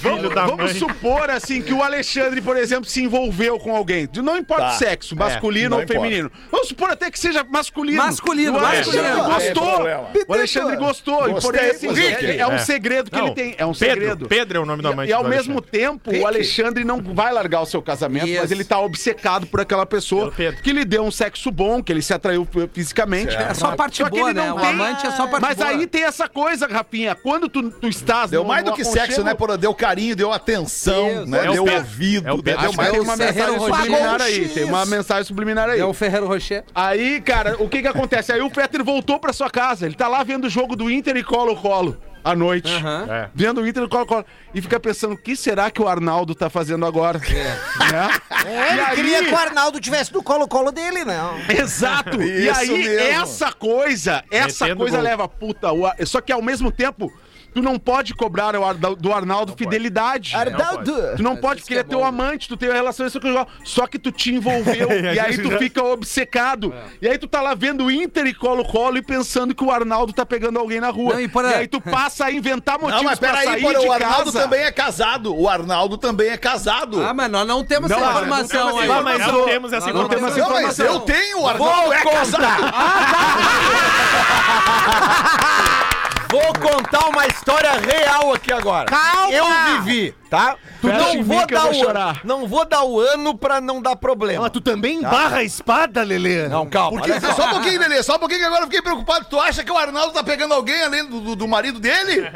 [SPEAKER 10] Vamos,
[SPEAKER 9] da
[SPEAKER 10] vamos
[SPEAKER 9] mãe.
[SPEAKER 10] supor, assim, que o Alexandre, por exemplo, se envolveu com alguém. Não importa
[SPEAKER 1] Tá.
[SPEAKER 10] o sexo, masculino
[SPEAKER 1] não
[SPEAKER 10] ou feminino. Vamos supor até que seja masculino.
[SPEAKER 2] Masculino,
[SPEAKER 10] O Alexandre
[SPEAKER 2] masculino.
[SPEAKER 1] Aí é
[SPEAKER 10] gostou.
[SPEAKER 1] problema.
[SPEAKER 10] o Alexandre gostou. E por
[SPEAKER 1] Gostei,
[SPEAKER 10] aí, assim,
[SPEAKER 1] fazer o quê?
[SPEAKER 10] é, é um
[SPEAKER 9] É.
[SPEAKER 10] segredo que
[SPEAKER 9] Não,
[SPEAKER 10] ele tem. É um
[SPEAKER 9] Pedro,
[SPEAKER 10] segredo.
[SPEAKER 9] Pedro é o nome do amante
[SPEAKER 10] E ao
[SPEAKER 9] do
[SPEAKER 10] mesmo tempo, o Alexandre não vai largar o seu casamento,
[SPEAKER 2] Isso.
[SPEAKER 10] mas ele tá obcecado por aquela pessoa
[SPEAKER 9] Pelo Pedro.
[SPEAKER 10] que lhe deu um sexo bom, que ele se atraiu f- fisicamente.
[SPEAKER 2] É só parte
[SPEAKER 10] Só que
[SPEAKER 2] boa,
[SPEAKER 10] ele
[SPEAKER 2] né?
[SPEAKER 10] não
[SPEAKER 2] O
[SPEAKER 10] tem-
[SPEAKER 2] amante é só parte
[SPEAKER 10] Mas
[SPEAKER 2] boa.
[SPEAKER 10] aí tem essa coisa, Rafinha, quando tu, tu estás
[SPEAKER 1] Deu
[SPEAKER 10] no-
[SPEAKER 1] mais do
[SPEAKER 10] no
[SPEAKER 1] que sexo,
[SPEAKER 10] um aconchego-
[SPEAKER 1] né, Porã? Deu carinho, deu atenção,
[SPEAKER 2] Isso.
[SPEAKER 1] né?
[SPEAKER 9] É o
[SPEAKER 1] deu
[SPEAKER 9] Pedro.
[SPEAKER 1] ouvido,
[SPEAKER 9] É o
[SPEAKER 1] né?
[SPEAKER 9] Pedro.
[SPEAKER 1] deu
[SPEAKER 9] Acho
[SPEAKER 10] Mas
[SPEAKER 1] mais
[SPEAKER 10] tem
[SPEAKER 1] que
[SPEAKER 10] uma
[SPEAKER 2] Ferreira
[SPEAKER 10] mensagem
[SPEAKER 2] Rocher.
[SPEAKER 10] subliminar
[SPEAKER 2] Pagou um
[SPEAKER 10] aí,
[SPEAKER 2] X.
[SPEAKER 10] tem uma mensagem subliminar aí.
[SPEAKER 2] É o Ferreiro Rocher.
[SPEAKER 10] Aí, cara, o que que acontece? Aí o Fetter voltou pra sua casa, ele tá lá vendo o jogo do Inter e Colo-Colo à noite.
[SPEAKER 2] Aham.
[SPEAKER 9] É.
[SPEAKER 10] Vendo o Inter e Colo-Colo. E fica pensando, o que será que o Arnaldo tá fazendo agora? Né?
[SPEAKER 7] É, ele
[SPEAKER 10] aí?
[SPEAKER 7] queria que o Arnaldo tivesse no colo-colo dele, não.
[SPEAKER 10] Exato! e
[SPEAKER 1] Isso
[SPEAKER 10] aí,
[SPEAKER 1] mesmo.
[SPEAKER 10] essa coisa, essa
[SPEAKER 9] Metendo
[SPEAKER 10] coisa
[SPEAKER 9] gol.
[SPEAKER 10] leva a puta. o Ar- Só que ao mesmo tempo, tu não pode cobrar o Ar- do Arnaldo fidelidade.
[SPEAKER 7] Arnaldo!
[SPEAKER 10] Tu É, não pode,
[SPEAKER 2] isso
[SPEAKER 10] porque
[SPEAKER 2] que
[SPEAKER 10] ele
[SPEAKER 2] é
[SPEAKER 10] é
[SPEAKER 2] bom,
[SPEAKER 10] teu
[SPEAKER 2] né?
[SPEAKER 10] amante, tu tem uma relação sexual, só que tu te envolveu e aí tu fica obcecado. E aí tu tá lá vendo Inter e Colo-Colo e pensando que o Arnaldo tá pegando alguém na rua.
[SPEAKER 2] Não, e
[SPEAKER 10] e,
[SPEAKER 2] para-
[SPEAKER 10] aí tu passa a inventar motivos
[SPEAKER 1] Não, Ah, mas
[SPEAKER 10] pra
[SPEAKER 1] peraí,
[SPEAKER 10] sair
[SPEAKER 1] Porã,
[SPEAKER 10] de
[SPEAKER 1] o Arnaldo
[SPEAKER 10] casa.
[SPEAKER 1] também é casado. O Arnaldo também é casado.
[SPEAKER 2] Ah, mas nós não temos
[SPEAKER 10] Não,
[SPEAKER 2] essa
[SPEAKER 10] mas
[SPEAKER 2] informação aí.
[SPEAKER 9] Não, mas não temos essa
[SPEAKER 2] Não, não
[SPEAKER 9] informação.
[SPEAKER 2] temos
[SPEAKER 1] Não, mas
[SPEAKER 2] informação.
[SPEAKER 1] eu tenho, o Arnaldo é casado.
[SPEAKER 6] Vou contar uma história real aqui agora.
[SPEAKER 7] Calma!
[SPEAKER 6] Eu vivi, tá? Tu
[SPEAKER 10] Fecha em
[SPEAKER 6] não vou
[SPEAKER 10] mim que eu
[SPEAKER 6] dar
[SPEAKER 10] vou
[SPEAKER 6] o ano.
[SPEAKER 10] chorar.
[SPEAKER 6] Não vou dar o ano pra não dar problema.
[SPEAKER 3] Tu também barra a espada, Lelê?
[SPEAKER 6] Não, calma.
[SPEAKER 1] Porque,
[SPEAKER 6] olha só.
[SPEAKER 1] só um pouquinho, Lelê, só um pouquinho que agora eu fiquei preocupado. Tu acha que o Arnaldo tá pegando alguém além do, do- do marido dele?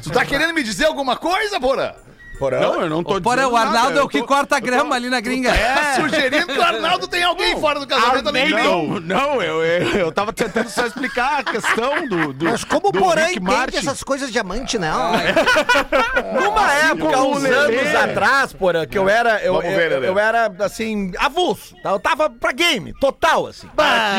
[SPEAKER 1] Tu tá querendo me dizer alguma coisa, Porã?
[SPEAKER 10] Não, eu não tô
[SPEAKER 2] Porra,
[SPEAKER 10] dizendo
[SPEAKER 2] o Arnaldo
[SPEAKER 10] nada,
[SPEAKER 2] é o
[SPEAKER 10] eu
[SPEAKER 2] que
[SPEAKER 10] tô-
[SPEAKER 2] corta a grama ali na gringa.
[SPEAKER 10] É.
[SPEAKER 1] Tá sugerindo que o Arnaldo tem alguém fora do casamento tá além dele.
[SPEAKER 10] Não, não, eu, eu, eu tava tentando só explicar a questão do. do
[SPEAKER 7] Mas como o
[SPEAKER 10] do
[SPEAKER 7] Porã
[SPEAKER 10] Rick
[SPEAKER 7] entende
[SPEAKER 10] Martin.
[SPEAKER 7] essas coisas de amante, não?
[SPEAKER 6] Ah, é.
[SPEAKER 7] Assim,
[SPEAKER 6] Numa época,
[SPEAKER 10] como
[SPEAKER 6] uns
[SPEAKER 10] Lelê.
[SPEAKER 6] anos atrás, porra, que
[SPEAKER 10] É.
[SPEAKER 6] eu era. Eu,
[SPEAKER 1] Vamos ver,
[SPEAKER 6] eu,
[SPEAKER 1] Lelê.
[SPEAKER 6] eu era, assim, avulso. tá? Eu tava pra game, total, assim.
[SPEAKER 10] Ah,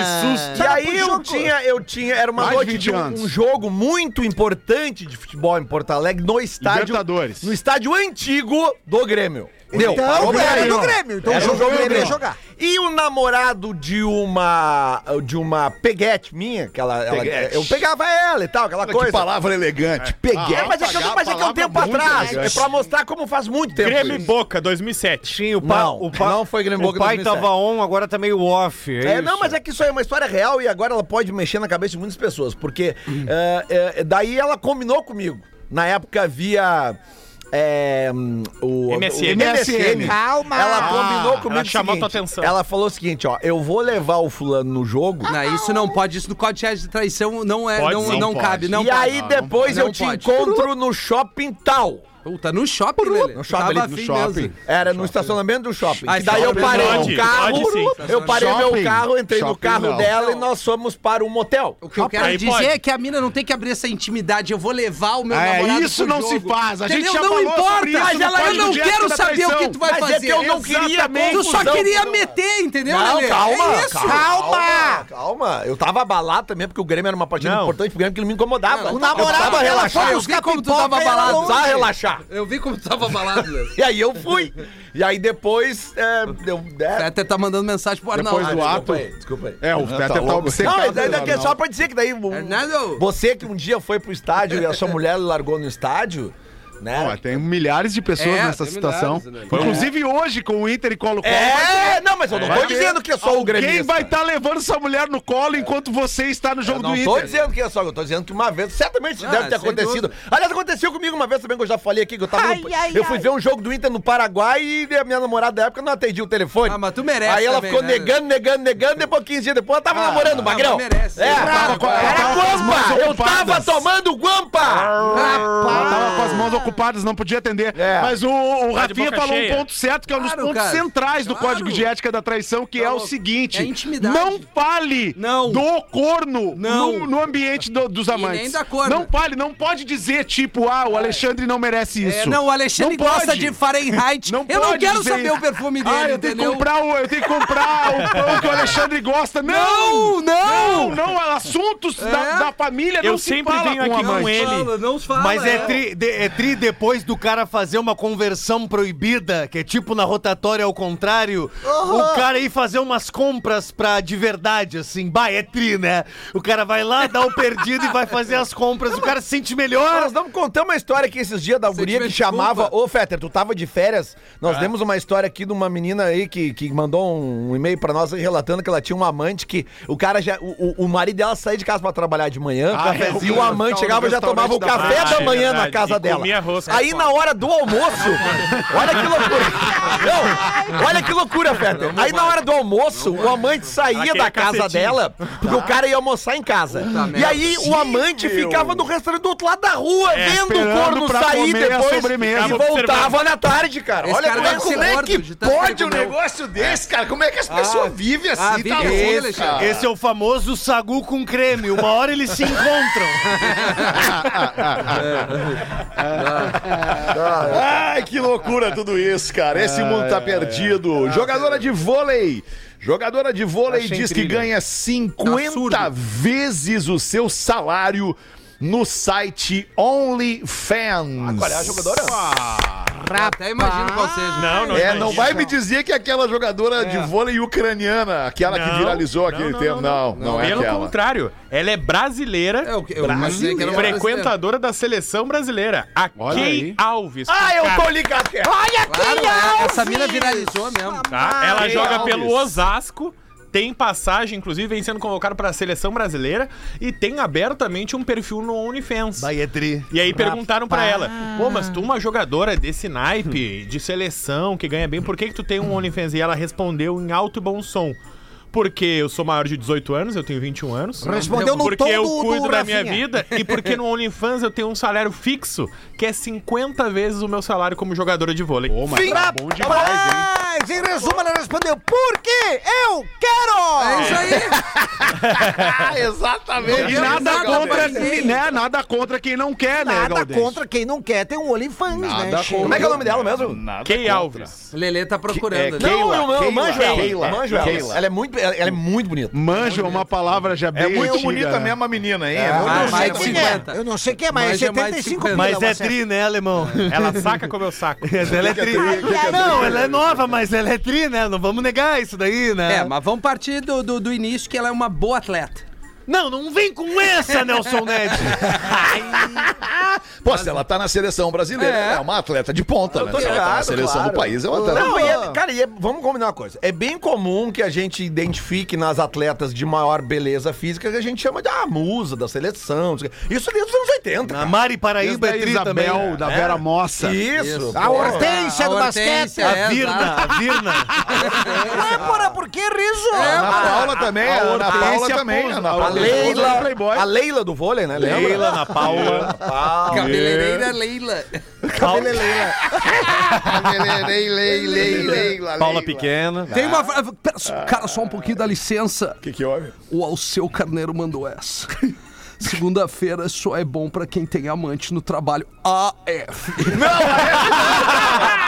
[SPEAKER 6] E aí eu tinha, eu tinha, era uma
[SPEAKER 10] Mais de
[SPEAKER 6] noite
[SPEAKER 10] 20
[SPEAKER 6] de um,
[SPEAKER 10] anos.
[SPEAKER 6] um jogo muito importante de futebol em Porto Alegre, no estádio.
[SPEAKER 10] Libertadores.
[SPEAKER 6] No estádio antigo do Grêmio. Deu.
[SPEAKER 7] Então,
[SPEAKER 6] Parou
[SPEAKER 7] era
[SPEAKER 6] Grêmio.
[SPEAKER 7] do Grêmio. Então
[SPEAKER 6] Era
[SPEAKER 7] o jogo
[SPEAKER 6] do
[SPEAKER 7] do Grêmio ia
[SPEAKER 6] Grêmio.
[SPEAKER 7] jogar.
[SPEAKER 6] E o namorado de uma de uma peguete minha, que ela, ela-
[SPEAKER 1] Peguete.
[SPEAKER 6] eu pegava ela e tal, aquela
[SPEAKER 1] Olha que
[SPEAKER 6] coisa.
[SPEAKER 1] palavra elegante. Peguei.
[SPEAKER 6] É, mas é que eu, mas é que é um tempo atrás, é pra mostrar como faz muito tempo.
[SPEAKER 9] Grêmio e
[SPEAKER 6] isso.
[SPEAKER 9] Boca, 2007.
[SPEAKER 3] Sim, o pai.
[SPEAKER 6] Não,
[SPEAKER 3] o pai
[SPEAKER 6] não foi Grêmio
[SPEAKER 3] O
[SPEAKER 6] Boca
[SPEAKER 3] pai
[SPEAKER 6] 2007.
[SPEAKER 3] tava on, agora tá meio off.
[SPEAKER 6] É, não, mas é que isso aí é uma história real e agora ela pode mexer na cabeça de muitas pessoas, porque é, é, daí ela combinou comigo. Na época via. é, hum, o,
[SPEAKER 9] MSN.
[SPEAKER 6] o MSN.
[SPEAKER 7] Calma.
[SPEAKER 6] Ela combinou
[SPEAKER 9] Ah,
[SPEAKER 6] comigo.
[SPEAKER 9] ela
[SPEAKER 6] o
[SPEAKER 9] chamou
[SPEAKER 6] seguinte,
[SPEAKER 9] tua atenção.
[SPEAKER 6] Ela falou o seguinte: ó, eu vou levar o fulano no jogo.
[SPEAKER 2] Não, isso não pode, isso do código de ética de traição não é,
[SPEAKER 9] Pode
[SPEAKER 2] não,
[SPEAKER 9] sim,
[SPEAKER 2] não
[SPEAKER 9] pode.
[SPEAKER 2] cabe, não
[SPEAKER 6] e
[SPEAKER 2] pode.
[SPEAKER 6] aí depois
[SPEAKER 2] Não
[SPEAKER 6] eu te
[SPEAKER 2] pode.
[SPEAKER 6] encontro no shopping tal.
[SPEAKER 2] Puta, no shopping, Lelê.
[SPEAKER 6] No shopping,
[SPEAKER 2] Tava
[SPEAKER 6] ali, no
[SPEAKER 2] afim
[SPEAKER 10] shopping.
[SPEAKER 2] mesmo.
[SPEAKER 6] Era no estacionamento do shopping.
[SPEAKER 2] Ah,
[SPEAKER 6] E daí eu
[SPEAKER 2] shopping
[SPEAKER 6] parei
[SPEAKER 9] pode,
[SPEAKER 6] o carro,
[SPEAKER 9] pode sim.
[SPEAKER 6] eu parei meu
[SPEAKER 8] Shopping.
[SPEAKER 6] carro, entrei no
[SPEAKER 8] Shopping
[SPEAKER 6] carro
[SPEAKER 8] não.
[SPEAKER 6] dela e nós fomos para um motel.
[SPEAKER 2] O que eu quero
[SPEAKER 9] Aí
[SPEAKER 2] dizer
[SPEAKER 9] pode.
[SPEAKER 2] é que a mina não tem que abrir essa intimidade. Eu vou levar o meu
[SPEAKER 8] É,
[SPEAKER 2] namorado
[SPEAKER 8] isso
[SPEAKER 2] pro
[SPEAKER 8] não
[SPEAKER 2] jogo.
[SPEAKER 8] se faz. A gente
[SPEAKER 2] Entendeu?
[SPEAKER 8] já
[SPEAKER 2] não
[SPEAKER 8] falou
[SPEAKER 2] importa.
[SPEAKER 8] sobre isso
[SPEAKER 2] mas
[SPEAKER 8] no
[SPEAKER 2] ela, eu
[SPEAKER 8] código
[SPEAKER 2] não
[SPEAKER 8] de
[SPEAKER 2] quero saber o que tu vai
[SPEAKER 6] Mas
[SPEAKER 2] fazer.
[SPEAKER 6] é que eu não queria
[SPEAKER 2] Tu só
[SPEAKER 6] confusão.
[SPEAKER 2] queria meter, entendeu,
[SPEAKER 6] Não,
[SPEAKER 2] Lelê?
[SPEAKER 6] calma,
[SPEAKER 2] É isso.
[SPEAKER 6] calma, calma. Eu tava abalado também, porque o Grêmio era uma partida
[SPEAKER 9] Não.
[SPEAKER 6] importante pro Grêmio, que ele me incomodava.
[SPEAKER 2] Não,
[SPEAKER 6] Eu
[SPEAKER 2] tu tava
[SPEAKER 6] tava
[SPEAKER 2] abalado,
[SPEAKER 6] relaxado.
[SPEAKER 2] cara.
[SPEAKER 6] Eu
[SPEAKER 2] Eu vi como tu tava
[SPEAKER 6] pipoca e era
[SPEAKER 2] abalado.
[SPEAKER 6] longe. relaxar.
[SPEAKER 2] Eu vi como tu tava balado, Lelê.
[SPEAKER 6] E aí eu fui. E aí depois, é, eu...
[SPEAKER 2] Você
[SPEAKER 6] É,
[SPEAKER 2] até tá mandando mensagem pro Arnaldo.
[SPEAKER 10] Depois do ato.
[SPEAKER 6] desculpa aí.
[SPEAKER 10] É, o Peter tá
[SPEAKER 6] Não, mas
[SPEAKER 10] obcecado.
[SPEAKER 6] daí daqui é só pra dizer que daí... o-
[SPEAKER 2] Arnaldo!
[SPEAKER 6] Você que um dia foi pro estádio e a sua mulher largou no estádio, né?
[SPEAKER 10] Não, tem milhares de pessoas
[SPEAKER 2] É,
[SPEAKER 10] nessa
[SPEAKER 2] tem
[SPEAKER 10] situação.
[SPEAKER 2] milhares, né?
[SPEAKER 10] Inclusive hoje, com o Inter e Colo-Colo.
[SPEAKER 6] É, não, mas eu não tô dizendo que é só o Grêmio.
[SPEAKER 10] Quem vai estar levando essa mulher no colo enquanto você está no jogo
[SPEAKER 6] Eu não
[SPEAKER 10] do Inter?
[SPEAKER 6] tô dizendo que é só, eu tô dizendo que uma vez, certamente isso
[SPEAKER 2] Ah,
[SPEAKER 6] deve ter
[SPEAKER 2] sem
[SPEAKER 6] acontecido.
[SPEAKER 2] dúvida.
[SPEAKER 6] Aliás, aconteceu comigo uma vez também, que eu já falei aqui, que eu tava. no- eu fui ver um jogo do Inter no Paraguai e a minha namorada da época não atendia o telefone.
[SPEAKER 2] Ah, mas tu merece
[SPEAKER 6] Aí ela
[SPEAKER 2] também,
[SPEAKER 6] ficou
[SPEAKER 2] né? Ah,
[SPEAKER 6] negando, negando, negando, depois 15 dias depois ela tava namorando, Magrão.
[SPEAKER 2] mas merece.
[SPEAKER 6] É,
[SPEAKER 2] Ela
[SPEAKER 6] tava,
[SPEAKER 2] tava
[SPEAKER 6] com-
[SPEAKER 2] com-
[SPEAKER 6] era
[SPEAKER 10] ela tava com as mãos
[SPEAKER 6] Guampa! Eu tava
[SPEAKER 10] ocupadas.
[SPEAKER 6] tomando Guampa!
[SPEAKER 10] Ela tava com as
[SPEAKER 2] Ah.
[SPEAKER 10] mãos ocupadas, não podia atender.
[SPEAKER 6] É.
[SPEAKER 10] Mas o, o
[SPEAKER 9] Tá de
[SPEAKER 10] Rafinha
[SPEAKER 9] boca
[SPEAKER 10] falou
[SPEAKER 9] cheia.
[SPEAKER 10] um ponto certo, que é um dos
[SPEAKER 2] Claro,
[SPEAKER 10] pontos
[SPEAKER 2] cara.
[SPEAKER 10] centrais do
[SPEAKER 2] Claro.
[SPEAKER 10] Código de Ética da Traição, que
[SPEAKER 2] Tá
[SPEAKER 10] é o
[SPEAKER 2] louco.
[SPEAKER 10] seguinte:
[SPEAKER 2] É intimidade.
[SPEAKER 10] não fale
[SPEAKER 2] Não.
[SPEAKER 10] do corno
[SPEAKER 2] Não.
[SPEAKER 10] No, no ambiente do- dos amantes.
[SPEAKER 2] nem da corna.
[SPEAKER 10] Não fale, não pode dizer, tipo, ah, o Alexandre não merece isso.
[SPEAKER 2] É, não, o Alexandre
[SPEAKER 10] Não
[SPEAKER 2] gosta
[SPEAKER 10] pode.
[SPEAKER 2] de Fahrenheit.
[SPEAKER 10] Não
[SPEAKER 2] eu não
[SPEAKER 10] pode
[SPEAKER 2] quero
[SPEAKER 10] dizer
[SPEAKER 2] saber
[SPEAKER 10] isso.
[SPEAKER 2] o perfume dele,
[SPEAKER 10] Ah, eu tenho que
[SPEAKER 2] entendeu?
[SPEAKER 10] comprar o, eu tenho que comprar o pão que o Alexandre gosta. Não!
[SPEAKER 2] Não, não!
[SPEAKER 10] Não, não, assuntos da, da família
[SPEAKER 9] Eu
[SPEAKER 10] não se
[SPEAKER 9] sempre
[SPEAKER 10] fala
[SPEAKER 9] venho
[SPEAKER 10] com
[SPEAKER 9] aqui
[SPEAKER 10] amante.
[SPEAKER 9] com ele.
[SPEAKER 2] Fala, não fala, né?
[SPEAKER 3] Mas é tri, de- é tri depois do cara fazer uma conversão proibida, que é tipo na rotatória ao contrário, o cara ir fazer umas compras pra de verdade, assim, bah, é tri, né? O cara vai lá, dá o perdido e vai fazer as compras, o cara se sente melhor.
[SPEAKER 6] Nós vamos contar uma história aqui esses dias da guria que
[SPEAKER 2] tiver
[SPEAKER 6] chamava.
[SPEAKER 2] desculpa.
[SPEAKER 6] Ô, Fetter, tu tava de férias. Nós
[SPEAKER 10] É.
[SPEAKER 6] demos uma história aqui de uma menina aí que, que mandou um, um e-mail pra nós aí relatando que ela tinha um amante que o cara já. O, o- o marido dela saía de casa pra trabalhar de manhã.
[SPEAKER 10] Ah, é,
[SPEAKER 6] e o
[SPEAKER 10] o
[SPEAKER 6] amante chegava e já
[SPEAKER 10] restaurante
[SPEAKER 6] tomava o
[SPEAKER 10] da
[SPEAKER 6] café
[SPEAKER 9] tarde.
[SPEAKER 6] da manhã na
[SPEAKER 9] É verdade,
[SPEAKER 6] casa
[SPEAKER 9] e
[SPEAKER 6] dela.
[SPEAKER 9] comia rosca
[SPEAKER 6] Aí na hora do almoço. olha que loucura. Não, olha que loucura, Fetter. Aí na hora do almoço, o amante saía
[SPEAKER 9] Aquele
[SPEAKER 6] da casa
[SPEAKER 9] cacetinho.
[SPEAKER 6] dela porque o cara ia almoçar em casa. E
[SPEAKER 2] merda.
[SPEAKER 6] aí o amante ficava no restaurante do outro lado da rua
[SPEAKER 9] É,
[SPEAKER 6] vendo o
[SPEAKER 10] esperando
[SPEAKER 6] corno
[SPEAKER 10] pra
[SPEAKER 6] sair
[SPEAKER 10] comer a
[SPEAKER 6] depois
[SPEAKER 10] sobremesa.
[SPEAKER 6] e
[SPEAKER 10] Tava
[SPEAKER 6] voltava na tarde, cara.
[SPEAKER 2] Esse
[SPEAKER 6] Olha
[SPEAKER 2] cara
[SPEAKER 6] como é
[SPEAKER 2] deve ser
[SPEAKER 6] como é
[SPEAKER 2] gordo,
[SPEAKER 6] que
[SPEAKER 2] de tanto que
[SPEAKER 6] pode
[SPEAKER 2] ele
[SPEAKER 6] o
[SPEAKER 1] Um
[SPEAKER 2] comeu.
[SPEAKER 6] negócio.
[SPEAKER 1] negócio desse, cara. Como é que as pessoas vivem assim?
[SPEAKER 2] Ah, vive
[SPEAKER 1] tá
[SPEAKER 2] assim,
[SPEAKER 1] louco,
[SPEAKER 2] Alexandre.
[SPEAKER 1] cara.
[SPEAKER 3] Esse é o famoso sagu com creme, uma hora eles se encontram.
[SPEAKER 1] Ai, que loucura tudo isso, cara. Esse mundo tá perdido. Jogadora de vôlei. Jogadora de vôlei diz que ganha 50 vezes o seu salário no site OnlyFans.
[SPEAKER 6] Olha a jogadora.
[SPEAKER 2] Eu Até imagino né? qual seja.
[SPEAKER 9] Não, não
[SPEAKER 1] É, não
[SPEAKER 9] imagino.
[SPEAKER 1] vai me dizer que é aquela jogadora de vôlei ucraniana, aquela que
[SPEAKER 9] Não,
[SPEAKER 1] viralizou
[SPEAKER 9] não,
[SPEAKER 1] aquele
[SPEAKER 9] não,
[SPEAKER 1] tempo. Não, não, é
[SPEAKER 9] Pelo
[SPEAKER 1] aquela.
[SPEAKER 9] contrário, ela é brasileira.
[SPEAKER 2] Eu, eu imaginei que era uma
[SPEAKER 9] Frequentadora da seleção brasileira, a
[SPEAKER 10] Olha aí.
[SPEAKER 9] Kay Alves.
[SPEAKER 6] Ah, eu tô ligado. Olha
[SPEAKER 2] brasileira. Claro, é, essa mina viralizou mesmo.
[SPEAKER 9] Tá? Ela
[SPEAKER 1] Kay
[SPEAKER 9] joga
[SPEAKER 1] Alves.
[SPEAKER 9] pelo Osasco, tem passagem, inclusive vem sendo convocada para a seleção brasileira e tem abertamente um perfil no OnlyFans.
[SPEAKER 3] Vai, é tri.
[SPEAKER 9] E aí perguntaram pra ela, pô, mas tu uma jogadora desse naipe, de seleção, que ganha bem, por que que tu tem um OnlyFans? E ela respondeu em alto e bom som. Porque eu sou maior de 18 anos, eu tenho 21 anos.
[SPEAKER 7] Respondeu no
[SPEAKER 9] Porque
[SPEAKER 7] tom
[SPEAKER 9] eu
[SPEAKER 7] do-
[SPEAKER 9] cuido
[SPEAKER 7] do
[SPEAKER 9] da minha
[SPEAKER 7] Rafinha.
[SPEAKER 9] vida e porque no OnlyFans eu tenho um salário fixo que é 50 vezes o meu salário como jogadora de vôlei.
[SPEAKER 10] Ô, mas tá bom demais, hein?
[SPEAKER 7] Mas, em resumo, ela respondeu, porque eu quero!
[SPEAKER 2] É isso aí.
[SPEAKER 1] Ah, exatamente.
[SPEAKER 10] E nada
[SPEAKER 2] Exatamente.
[SPEAKER 10] contra, né? Nada contra quem não quer, né,
[SPEAKER 7] Nada
[SPEAKER 10] Galdêncio?
[SPEAKER 7] contra quem não quer ter um OnlyFans, né?
[SPEAKER 1] Nada
[SPEAKER 7] Chico?
[SPEAKER 1] contra.
[SPEAKER 6] Como é que é o nome dela mesmo?
[SPEAKER 1] Nada
[SPEAKER 9] Kay
[SPEAKER 1] contra.
[SPEAKER 9] Alves.
[SPEAKER 2] Lelê tá procurando.
[SPEAKER 1] É,
[SPEAKER 2] né?
[SPEAKER 1] Keila,
[SPEAKER 6] eu, eu
[SPEAKER 1] Keila,
[SPEAKER 6] manjo ela.
[SPEAKER 1] Keila,
[SPEAKER 6] Eu manjo ela.
[SPEAKER 1] Keila.
[SPEAKER 6] Ela é muito. ela é muito bonita.
[SPEAKER 10] Manja é uma palavra já bem
[SPEAKER 1] É muito
[SPEAKER 10] antiga,
[SPEAKER 1] bonita
[SPEAKER 10] né?
[SPEAKER 1] mesmo a menina, hein? É,
[SPEAKER 2] Ah,
[SPEAKER 1] muito
[SPEAKER 2] mais
[SPEAKER 1] bonita.
[SPEAKER 2] de
[SPEAKER 7] quem
[SPEAKER 2] 50.
[SPEAKER 7] é. Eu não sei quem é, mas,
[SPEAKER 2] Mas
[SPEAKER 7] é
[SPEAKER 2] é mais de
[SPEAKER 7] 75
[SPEAKER 2] 50.
[SPEAKER 3] Mas
[SPEAKER 7] pila,
[SPEAKER 3] é
[SPEAKER 7] você-
[SPEAKER 3] tri, né, alemão?
[SPEAKER 6] É.
[SPEAKER 9] Ela saca como eu saco.
[SPEAKER 3] Ela é tri. Não, ela é nova, mas ela é tri, né? Não vamos negar isso daí,
[SPEAKER 7] Ah.
[SPEAKER 3] né?
[SPEAKER 2] É, mas vamos partir do, do, do início que ela é uma boa atleta.
[SPEAKER 3] Não, não vem com essa, Nelson Ned.
[SPEAKER 1] Pô, se ela tá na seleção brasileira,
[SPEAKER 2] É.
[SPEAKER 1] é, uma atleta de ponta, né? Se ela tá na
[SPEAKER 6] Claro,
[SPEAKER 1] seleção
[SPEAKER 6] claro.
[SPEAKER 1] do país, é uma atleta.
[SPEAKER 6] Não, e é- cara, e é- vamos combinar uma coisa. É bem comum que a gente identifique nas atletas de maior beleza física que a gente chama de ah, musa da seleção. não sei o quê. Isso desde os anos 80.
[SPEAKER 3] A Mari
[SPEAKER 10] Desde
[SPEAKER 3] Paraíba
[SPEAKER 10] da
[SPEAKER 3] é Ah, tri também.
[SPEAKER 10] Isabel, da Vera Mossa.
[SPEAKER 6] Isso.
[SPEAKER 7] A
[SPEAKER 2] A
[SPEAKER 7] Hortência do basquete.
[SPEAKER 2] Hortência,
[SPEAKER 3] A
[SPEAKER 2] é,
[SPEAKER 3] Virna,
[SPEAKER 2] exato.
[SPEAKER 3] a Virna.
[SPEAKER 7] Não é porra, por que riso?
[SPEAKER 2] É,
[SPEAKER 7] Ah,
[SPEAKER 1] A Ana Paula também, a Ana Paula também. a Ana
[SPEAKER 6] A
[SPEAKER 1] Paula
[SPEAKER 6] Leila,
[SPEAKER 1] Leila.
[SPEAKER 6] a Leila do vôlei, né? Lembra?
[SPEAKER 3] Leila, Ana Paula.
[SPEAKER 2] Cabeleireira é Leila.
[SPEAKER 3] Paula Pequena.
[SPEAKER 2] Tem uma. fra- Pera, Cara, só um pouquinho, dá licença.
[SPEAKER 1] O que que houve?
[SPEAKER 2] O Alceu Carneiro mandou essa. Segunda-feira só é bom pra quem tem amante no trabalho. AF.
[SPEAKER 1] Tá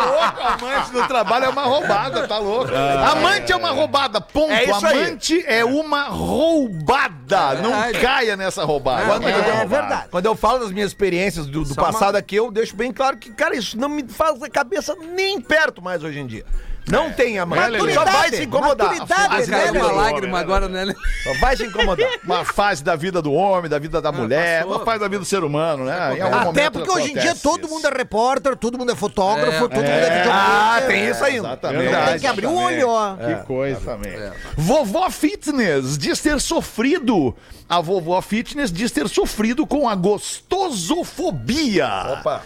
[SPEAKER 1] louco, amante do trabalho é uma roubada, tá louco? amante é uma roubada, ponto.
[SPEAKER 6] É isso aí.
[SPEAKER 1] amante é uma roubada. Não
[SPEAKER 2] verdade.
[SPEAKER 1] caia nessa roubada.
[SPEAKER 6] Quando,
[SPEAKER 7] É
[SPEAKER 6] eu,
[SPEAKER 7] verdade.
[SPEAKER 6] quando eu falo das minhas experiências do, do
[SPEAKER 2] Só uma-
[SPEAKER 6] passado aqui, eu deixo bem claro que, cara, isso não me faz a cabeça nem perto mais hoje em dia. Não tem a mãe. Só
[SPEAKER 7] É. Maturidade,
[SPEAKER 6] vai se incomodar.
[SPEAKER 7] maturidade,
[SPEAKER 6] As
[SPEAKER 7] né,
[SPEAKER 6] garotas.
[SPEAKER 7] meu?
[SPEAKER 2] agora, né?
[SPEAKER 6] Só vai se incomodar.
[SPEAKER 1] Uma fase da vida do homem, da vida da mulher,
[SPEAKER 2] passou.
[SPEAKER 1] uma fase da vida do ser humano, né? Em algum
[SPEAKER 7] Até
[SPEAKER 1] momento
[SPEAKER 7] porque hoje em dia
[SPEAKER 1] acontece
[SPEAKER 7] todo
[SPEAKER 1] isso.
[SPEAKER 7] mundo é repórter, todo mundo é fotógrafo, todo mundo é
[SPEAKER 6] Ah,
[SPEAKER 7] videomaker.
[SPEAKER 6] tem isso ainda.
[SPEAKER 1] Exatamente.
[SPEAKER 7] Tem que abrir o olho, ó.
[SPEAKER 10] Que coisa.
[SPEAKER 1] Vovó Fitness diz ter sofrido. A vovó Fitness diz ter sofrido com a gostosofobia. Opa.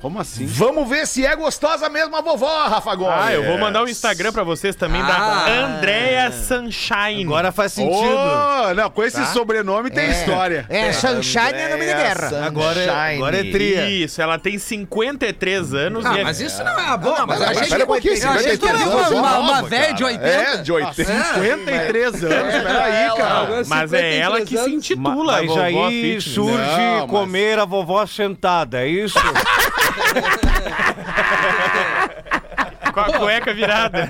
[SPEAKER 10] Como assim?
[SPEAKER 1] Vamos ver se é gostosa mesmo a vovó, Rafa Gomes.
[SPEAKER 9] Ah, eu vou mandar o Instagram pra vocês também
[SPEAKER 2] Ah.
[SPEAKER 9] da Andrea Sunshine.
[SPEAKER 3] Agora faz sentido.
[SPEAKER 10] Ô,
[SPEAKER 1] É.
[SPEAKER 10] não, com esse sobrenome tem história.
[SPEAKER 7] É, Sunshine é nome de guerra.
[SPEAKER 3] Agora é, agora é tria.
[SPEAKER 9] Isso, ela tem 53 anos e é
[SPEAKER 2] mas isso não é uma boa. mas
[SPEAKER 1] Mas
[SPEAKER 2] eu achei
[SPEAKER 1] pera um pouquinho,
[SPEAKER 2] eu achei que
[SPEAKER 1] 53
[SPEAKER 2] tu era
[SPEAKER 1] anos,
[SPEAKER 2] é uma- uma
[SPEAKER 1] nova,
[SPEAKER 2] velha
[SPEAKER 1] é cara.
[SPEAKER 2] de 80.
[SPEAKER 1] É, de 80.
[SPEAKER 10] 53 anos, peraí, cara.
[SPEAKER 9] Mas é ela que se intitula
[SPEAKER 3] Mas
[SPEAKER 9] vovó
[SPEAKER 3] aí
[SPEAKER 9] fitness.
[SPEAKER 3] surge
[SPEAKER 1] Não, mas-
[SPEAKER 3] comer a vovó sentada, é isso?
[SPEAKER 9] com a cueca virada.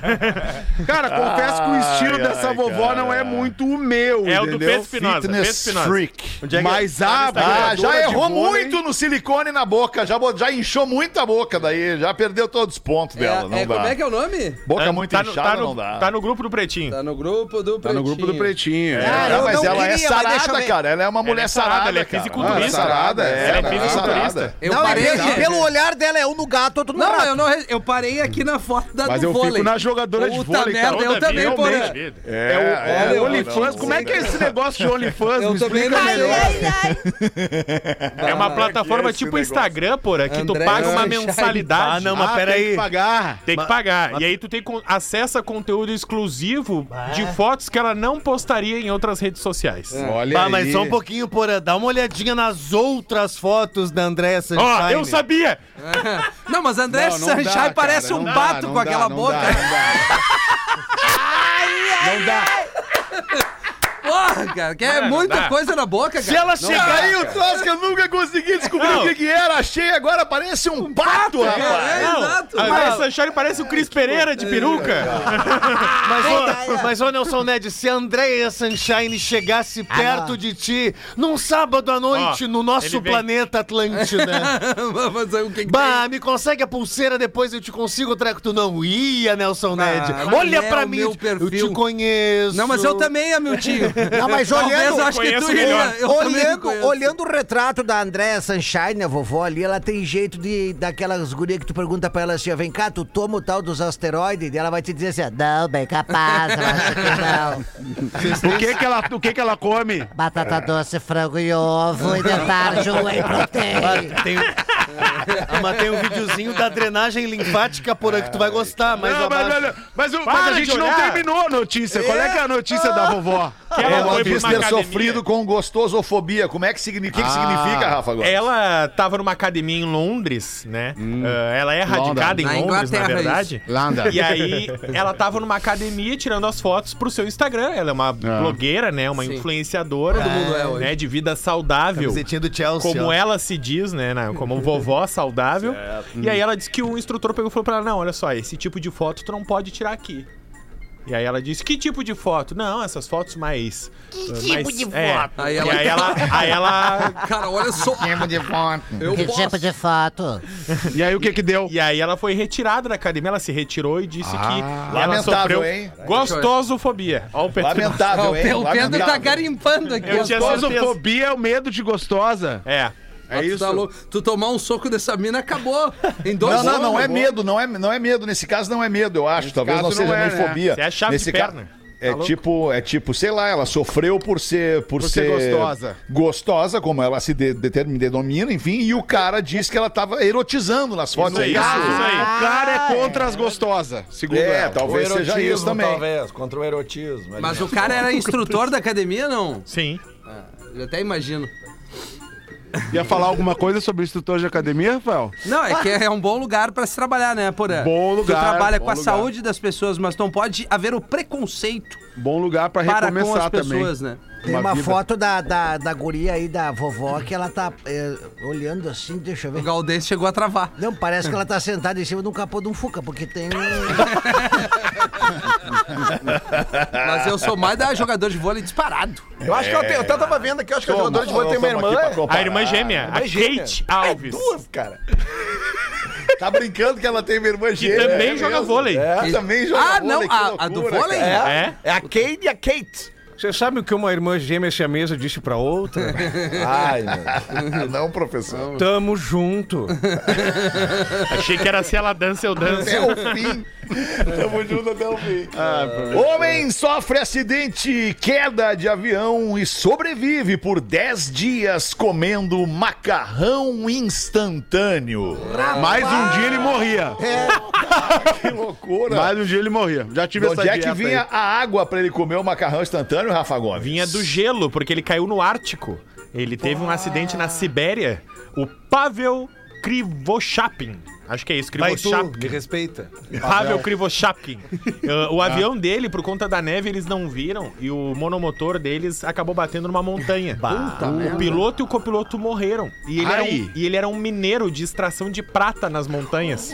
[SPEAKER 10] Cara, confesso que o estilo
[SPEAKER 1] Ai,
[SPEAKER 10] dessa
[SPEAKER 1] ai,
[SPEAKER 10] vovó
[SPEAKER 1] cara.
[SPEAKER 10] não é muito o meu,
[SPEAKER 9] é o do
[SPEAKER 10] entendeu?
[SPEAKER 9] Pedro Espinosa. Pedro
[SPEAKER 1] Fitness
[SPEAKER 9] Espinosa.
[SPEAKER 1] freak.
[SPEAKER 9] Onde é que-
[SPEAKER 10] Mas
[SPEAKER 9] tá no
[SPEAKER 10] a-
[SPEAKER 9] Instagram.
[SPEAKER 1] Ah, já
[SPEAKER 10] Jogadora de
[SPEAKER 1] errou
[SPEAKER 10] vôlei.
[SPEAKER 1] muito no silicone na boca, já, bo- já inchou muita boca daí, já perdeu todos os pontos dela, não
[SPEAKER 2] É, é,
[SPEAKER 1] dá.
[SPEAKER 2] como é que é o nome?
[SPEAKER 1] Boca
[SPEAKER 9] Tá-
[SPEAKER 1] muito
[SPEAKER 9] tá no-
[SPEAKER 1] inchada
[SPEAKER 9] tá no,
[SPEAKER 1] não dá.
[SPEAKER 9] Tá no grupo do Pretinho.
[SPEAKER 2] Tá no grupo do
[SPEAKER 10] Tá no grupo do Pretinho. é.
[SPEAKER 1] Ah,
[SPEAKER 7] eu
[SPEAKER 1] mas
[SPEAKER 7] não queria,
[SPEAKER 1] ela é
[SPEAKER 7] mas deixa
[SPEAKER 1] sarada,
[SPEAKER 7] eu ver.
[SPEAKER 1] cara. Ela é uma mulher sarada,
[SPEAKER 9] ela é
[SPEAKER 1] cara.
[SPEAKER 9] fisiculturista.
[SPEAKER 1] Ela é sarada, é.
[SPEAKER 9] Ela é
[SPEAKER 1] cara,
[SPEAKER 9] fisiculturista.
[SPEAKER 1] sarada.
[SPEAKER 2] Eu
[SPEAKER 7] Não,
[SPEAKER 2] parei
[SPEAKER 7] e
[SPEAKER 2] aqui.
[SPEAKER 7] pelo ollar dela é um no gato, outro no
[SPEAKER 2] é Não,
[SPEAKER 7] rato.
[SPEAKER 2] eu não re- eu parei aqui na foto da
[SPEAKER 10] Mas
[SPEAKER 2] do
[SPEAKER 10] eu
[SPEAKER 2] vôlei.
[SPEAKER 10] fico na jogadora de
[SPEAKER 2] Puta
[SPEAKER 10] vôlei, cara.
[SPEAKER 2] merda, eu também, porra.
[SPEAKER 9] Realmente.
[SPEAKER 10] É o- é
[SPEAKER 2] é,
[SPEAKER 10] o OnlyFans.
[SPEAKER 1] não,
[SPEAKER 10] Como é que é esse negócio de OnlyFans?
[SPEAKER 2] Eu
[SPEAKER 10] Me
[SPEAKER 2] também
[SPEAKER 10] explica
[SPEAKER 2] não-
[SPEAKER 10] melhor.
[SPEAKER 9] É uma plataforma
[SPEAKER 1] que é esse
[SPEAKER 9] tipo
[SPEAKER 1] negócio?
[SPEAKER 9] Instagram, porra, que tu
[SPEAKER 2] André
[SPEAKER 9] paga uma
[SPEAKER 2] Sunshine.
[SPEAKER 9] mensalidade.
[SPEAKER 3] Ah, não, mas
[SPEAKER 10] Tem que
[SPEAKER 3] peraí.
[SPEAKER 10] pagar.
[SPEAKER 9] Tem que pagar. E aí tu tem con- acessa conteúdo exclusivo de fotos que ela não postaria em outras redes sociais.
[SPEAKER 10] Olha
[SPEAKER 3] Ah, mas
[SPEAKER 10] aí.
[SPEAKER 3] só um pouquinho, porra. Dá uma olhadinha nas outras fotos da Andréa
[SPEAKER 9] Ó,
[SPEAKER 3] Sunshine.
[SPEAKER 9] eu sabia!
[SPEAKER 2] Não, mas André
[SPEAKER 10] Não, não dá,
[SPEAKER 2] Sanchai
[SPEAKER 10] cara,
[SPEAKER 2] parece
[SPEAKER 10] não
[SPEAKER 2] um
[SPEAKER 10] dá,
[SPEAKER 2] pato
[SPEAKER 10] não
[SPEAKER 2] com
[SPEAKER 10] dá,
[SPEAKER 2] aquela
[SPEAKER 10] não
[SPEAKER 2] boca.
[SPEAKER 10] dá, não dá. Não dá.
[SPEAKER 2] Porra, cara, que é
[SPEAKER 9] Não, não
[SPEAKER 2] muita
[SPEAKER 9] dá.
[SPEAKER 2] coisa na boca, cara.
[SPEAKER 3] Se ela chegar aí,
[SPEAKER 1] Aí o troço que eu nunca consegui descobrir
[SPEAKER 9] Não.
[SPEAKER 1] o que, que era. Achei agora, parece um pato,
[SPEAKER 2] cara,
[SPEAKER 1] rapaz.
[SPEAKER 2] é,
[SPEAKER 9] Não,
[SPEAKER 2] exato.
[SPEAKER 9] André Sunshine parece o Cris Pereira de peruca.
[SPEAKER 3] mas, ô, mas, ô, Nelson Ned, se a Andréa Sunshine chegasse
[SPEAKER 2] Ah,
[SPEAKER 3] perto de ti num sábado à noite
[SPEAKER 9] Ó,
[SPEAKER 3] no
[SPEAKER 9] ele
[SPEAKER 3] nosso
[SPEAKER 9] vem.
[SPEAKER 3] planeta Atlântida.
[SPEAKER 2] Mas aí o que que
[SPEAKER 3] Bah, me consegue a pulseira, depois eu te consigo o treco. Tu não ia, Nelson Ned.
[SPEAKER 2] Ah,
[SPEAKER 3] Olha
[SPEAKER 2] não é
[SPEAKER 3] pra
[SPEAKER 2] o
[SPEAKER 3] mim.
[SPEAKER 2] meu
[SPEAKER 3] eu te- eu
[SPEAKER 2] perfil.
[SPEAKER 3] te conheço.
[SPEAKER 2] Não, mas eu também, Amiltinho.
[SPEAKER 7] Não, mas
[SPEAKER 2] Talvez
[SPEAKER 7] olhando,
[SPEAKER 2] eu acho que
[SPEAKER 9] conheço
[SPEAKER 2] tu
[SPEAKER 9] melhor.
[SPEAKER 2] ia. Eu também
[SPEAKER 7] olhando,
[SPEAKER 2] conheço.
[SPEAKER 7] olhando o retrato da Andréa Sunshine, a vovó ali, ela tem jeito de daquelas gurias que tu pergunta pra ela assim, ó, vem cá, tu toma o tal dos asteroides, e ela vai te dizer assim, ó, não, bem capaz, eu acho que não.
[SPEAKER 10] O que que ela, o que que ela come?
[SPEAKER 3] É.
[SPEAKER 7] Batata doce, frango e ovo, e de tarde um whey protein.
[SPEAKER 3] Ah, tem... Ah, mas tem um videozinho da drenagem linfática, porra, que tu vai gostar. Mas,
[SPEAKER 10] Não, mas,
[SPEAKER 3] abaixo.
[SPEAKER 10] mas- mas o- mas
[SPEAKER 9] Para
[SPEAKER 10] a
[SPEAKER 9] de
[SPEAKER 10] gente não
[SPEAKER 9] olhar.
[SPEAKER 10] terminou a notícia. Qual é que é a notícia da vovó?
[SPEAKER 9] Que ela
[SPEAKER 1] Ela
[SPEAKER 9] foi pra
[SPEAKER 1] diz
[SPEAKER 9] uma
[SPEAKER 1] ter
[SPEAKER 9] academia.
[SPEAKER 1] É um sofrido com gostosofobia. Como é que, signi-
[SPEAKER 2] Ah.
[SPEAKER 1] que que significa, Rafa? Agora?
[SPEAKER 9] É. Ela tava numa academia em Londres, né? Ah, ela é radicada em
[SPEAKER 2] Hum. Na
[SPEAKER 9] Londres, na
[SPEAKER 2] Inglaterra, é
[SPEAKER 9] verdade.
[SPEAKER 10] Landa.
[SPEAKER 9] E aí, ela tava numa academia tirando as fotos pro seu Instagram. Ela é uma blogueira, né? Uma
[SPEAKER 2] Ah. Sim.
[SPEAKER 9] influenciadora.
[SPEAKER 2] Todo mundo é hoje.
[SPEAKER 9] né? De vida saudável.
[SPEAKER 3] Camisetinha do Chelsea.
[SPEAKER 9] Como
[SPEAKER 3] ó.
[SPEAKER 9] ela se diz, né? na- Como vovó saudável. E aí ela disse que o instrutor pegou e falou pra ela: Não, olha só, esse tipo de foto tu não pode tirar aqui. E aí ela disse, que tipo de foto? Não, essas fotos mais... Que tipo de foto?
[SPEAKER 2] Aí
[SPEAKER 9] Aí
[SPEAKER 2] ela-
[SPEAKER 9] ela... aí ela... Aí ela
[SPEAKER 2] Cara, olha só. Eu
[SPEAKER 7] que
[SPEAKER 2] posso.
[SPEAKER 7] tipo de foto?
[SPEAKER 10] E aí o que que deu?
[SPEAKER 9] E aí ela foi retirada da academia, ela se retirou e disse que ela
[SPEAKER 1] Ah. lamentável,
[SPEAKER 9] sofreu
[SPEAKER 1] hein?
[SPEAKER 9] gostosofobia. Ó o Pedro.
[SPEAKER 2] Ah,
[SPEAKER 1] Lamentável,
[SPEAKER 2] o
[SPEAKER 1] hein?
[SPEAKER 2] Pedro tá
[SPEAKER 1] Lamentável.
[SPEAKER 2] garimpando aqui.
[SPEAKER 9] Eu
[SPEAKER 2] as
[SPEAKER 9] tinha
[SPEAKER 2] fotos.
[SPEAKER 9] certeza.
[SPEAKER 10] Gostosofobia é o medo de gostosa.
[SPEAKER 9] É.
[SPEAKER 2] Ah,
[SPEAKER 9] É
[SPEAKER 2] tu
[SPEAKER 9] isso.
[SPEAKER 2] tá louco. Tu tomar um soco dessa mina acabou. Em dois
[SPEAKER 1] Não, não,
[SPEAKER 2] anos.
[SPEAKER 1] não é medo, não é, não é medo. Nesse caso não é medo, eu acho. Talvez não
[SPEAKER 10] caso
[SPEAKER 1] seja
[SPEAKER 10] não é,
[SPEAKER 1] nem fobia.
[SPEAKER 9] Isso é a chave
[SPEAKER 1] Nesse
[SPEAKER 9] de
[SPEAKER 1] ca-
[SPEAKER 9] perna. Tá
[SPEAKER 1] É tipo, é tipo, sei lá, ela sofreu por ser. Por,
[SPEAKER 10] ser gostosa.
[SPEAKER 1] Gostosa, como ela se de, determina, denomina, enfim, e o cara disse que ela tava erotizando nas fotos.
[SPEAKER 9] Isso aí,
[SPEAKER 1] é isso?
[SPEAKER 9] isso aí.
[SPEAKER 10] O cara é contra as gostosas, segundo
[SPEAKER 1] É,
[SPEAKER 10] ela.
[SPEAKER 1] talvez
[SPEAKER 6] o
[SPEAKER 1] seja isso
[SPEAKER 6] erotismo,
[SPEAKER 1] também.
[SPEAKER 6] talvez, contra o erotismo.
[SPEAKER 2] Mas o cara era instrutor da academia, não?
[SPEAKER 9] Sim.
[SPEAKER 2] Eu até imagino.
[SPEAKER 10] Ia falar alguma coisa sobre o instrutor de academia, Rafael?
[SPEAKER 2] Não, é que é um bom lugar pra se trabalhar, né, Porã?
[SPEAKER 10] Bom lugar,
[SPEAKER 2] Tu trabalha
[SPEAKER 10] bom
[SPEAKER 2] com a
[SPEAKER 10] lugar.
[SPEAKER 2] saúde das pessoas, mas não pode haver o preconceito
[SPEAKER 10] Bom lugar pra
[SPEAKER 2] para com as
[SPEAKER 10] recomeçar também.
[SPEAKER 2] pessoas, né?
[SPEAKER 7] Tem
[SPEAKER 10] Uma
[SPEAKER 7] uma
[SPEAKER 10] vida.
[SPEAKER 7] foto da, da, da guria aí, da vovó, que ela tá é, olhando assim, deixa eu
[SPEAKER 2] O
[SPEAKER 7] ver.
[SPEAKER 2] Galdês chegou a travar.
[SPEAKER 7] Não, parece que ela tá sentada em cima de um capô de um Fuca, porque tem um.
[SPEAKER 2] Mas eu sou mais da jogador de vôlei disparado.
[SPEAKER 6] Eu acho que eu, até- eu até tava vendo aqui, eu acho que a jogadora de vôlei tem uma irmã.
[SPEAKER 9] A
[SPEAKER 1] Ah,
[SPEAKER 9] irmã gêmea, a
[SPEAKER 6] irmã gêmea.
[SPEAKER 9] Kate
[SPEAKER 6] É
[SPEAKER 9] Alves.
[SPEAKER 6] duas, cara.
[SPEAKER 1] Tá brincando que ela tem uma irmã
[SPEAKER 9] Que
[SPEAKER 1] gêmea.
[SPEAKER 9] também
[SPEAKER 1] é
[SPEAKER 9] joga
[SPEAKER 1] mesmo?
[SPEAKER 9] vôlei. É.
[SPEAKER 1] Ela também joga
[SPEAKER 2] Ah,
[SPEAKER 1] vôlei.
[SPEAKER 2] não,
[SPEAKER 1] que
[SPEAKER 2] a- a do
[SPEAKER 1] loucura,
[SPEAKER 2] vôlei?
[SPEAKER 1] cara.
[SPEAKER 6] É a Kate e a Kate.
[SPEAKER 3] Você sabe o que uma irmã gêmea chamesa disse pra outra?
[SPEAKER 6] Ai, meu.
[SPEAKER 1] não, professor.
[SPEAKER 3] Tamo junto.
[SPEAKER 9] Achei que era se ela dança, eu danço.
[SPEAKER 1] até o fim. Tamo junto até o fim. Homem sofre acidente, queda de avião e sobrevive por 10 dias comendo macarrão instantâneo.
[SPEAKER 10] Mais um dia ele morria.
[SPEAKER 1] Que loucura.
[SPEAKER 10] Mais um dia ele morria. Já tive
[SPEAKER 1] De
[SPEAKER 10] essa
[SPEAKER 1] onde é
[SPEAKER 10] dieta
[SPEAKER 1] que vinha
[SPEAKER 10] aí.
[SPEAKER 1] a água pra ele comer o macarrão instantâneo, Rafa Gomes?
[SPEAKER 9] Vinha do gelo, porque ele caiu no Ártico. Ele teve um acidente na Sibéria. O Pavel Krivoshapin. Acho que é isso,
[SPEAKER 3] Vai tu,
[SPEAKER 9] Krivoshapin.
[SPEAKER 3] me respeita.
[SPEAKER 9] Pavel Krivoshapkin. Uh, o avião dele, por conta da neve, eles não viram e o monomotor deles acabou batendo numa montanha. o piloto e o copiloto morreram. E ele, era um,
[SPEAKER 10] Ai.
[SPEAKER 9] e ele era um mineiro de extração de prata nas montanhas.